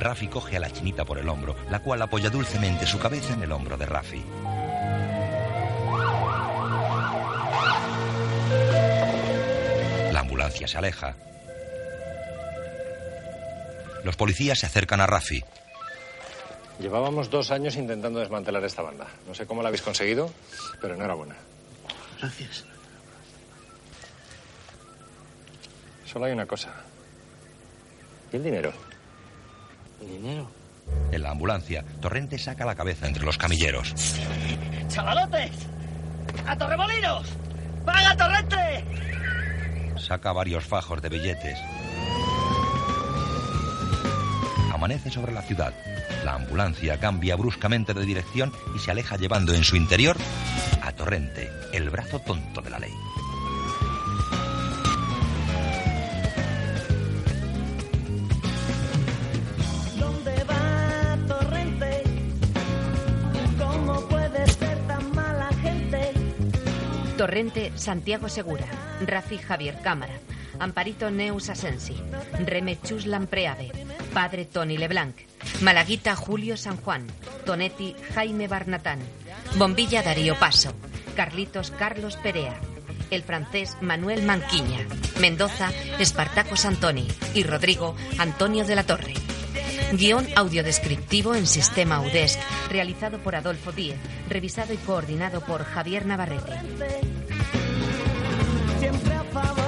[SPEAKER 2] Rafi coge a la chinita por el hombro, la cual apoya dulcemente su cabeza en el hombro de Rafi. La ambulancia se aleja. Los policías se acercan a Rafi.
[SPEAKER 4] Llevábamos dos años intentando desmantelar esta banda. No sé cómo la habéis conseguido, pero enhorabuena.
[SPEAKER 6] Gracias.
[SPEAKER 4] Solo hay una cosa. ¿Y el dinero?
[SPEAKER 6] dinero?
[SPEAKER 2] En la ambulancia, Torrente saca la cabeza entre los camilleros.
[SPEAKER 5] ¡Chavalotes! ¡A Torremolinos! ¡Paga Torrente!
[SPEAKER 2] Saca varios fajos de billetes. Amanece sobre la ciudad. La ambulancia cambia bruscamente de dirección y se aleja llevando en su interior a Torrente, el brazo tonto de la ley.
[SPEAKER 5] ¿Dónde va Torrente? ¿Cómo puede ser tan mala gente?
[SPEAKER 1] Torrente, Santiago Segura. Rafi Javier Cámara. Amparito Neus Asensi. Reme Chus Lampreave. Padre Tony Leblanc. Malaguita Julio San Juan. Tonetti Jaime Barnatán. Bombilla Darío Paso. Carlitos Carlos Perea. El francés Manuel Manquiña. Mendoza Espartaco Santoni. Y Rodrigo Antonio de la Torre. Guión audiodescriptivo en sistema Audesc, realizado por Adolfo Díez, revisado y coordinado por Javier Navarrete.
[SPEAKER 5] Siempre a favor. eh?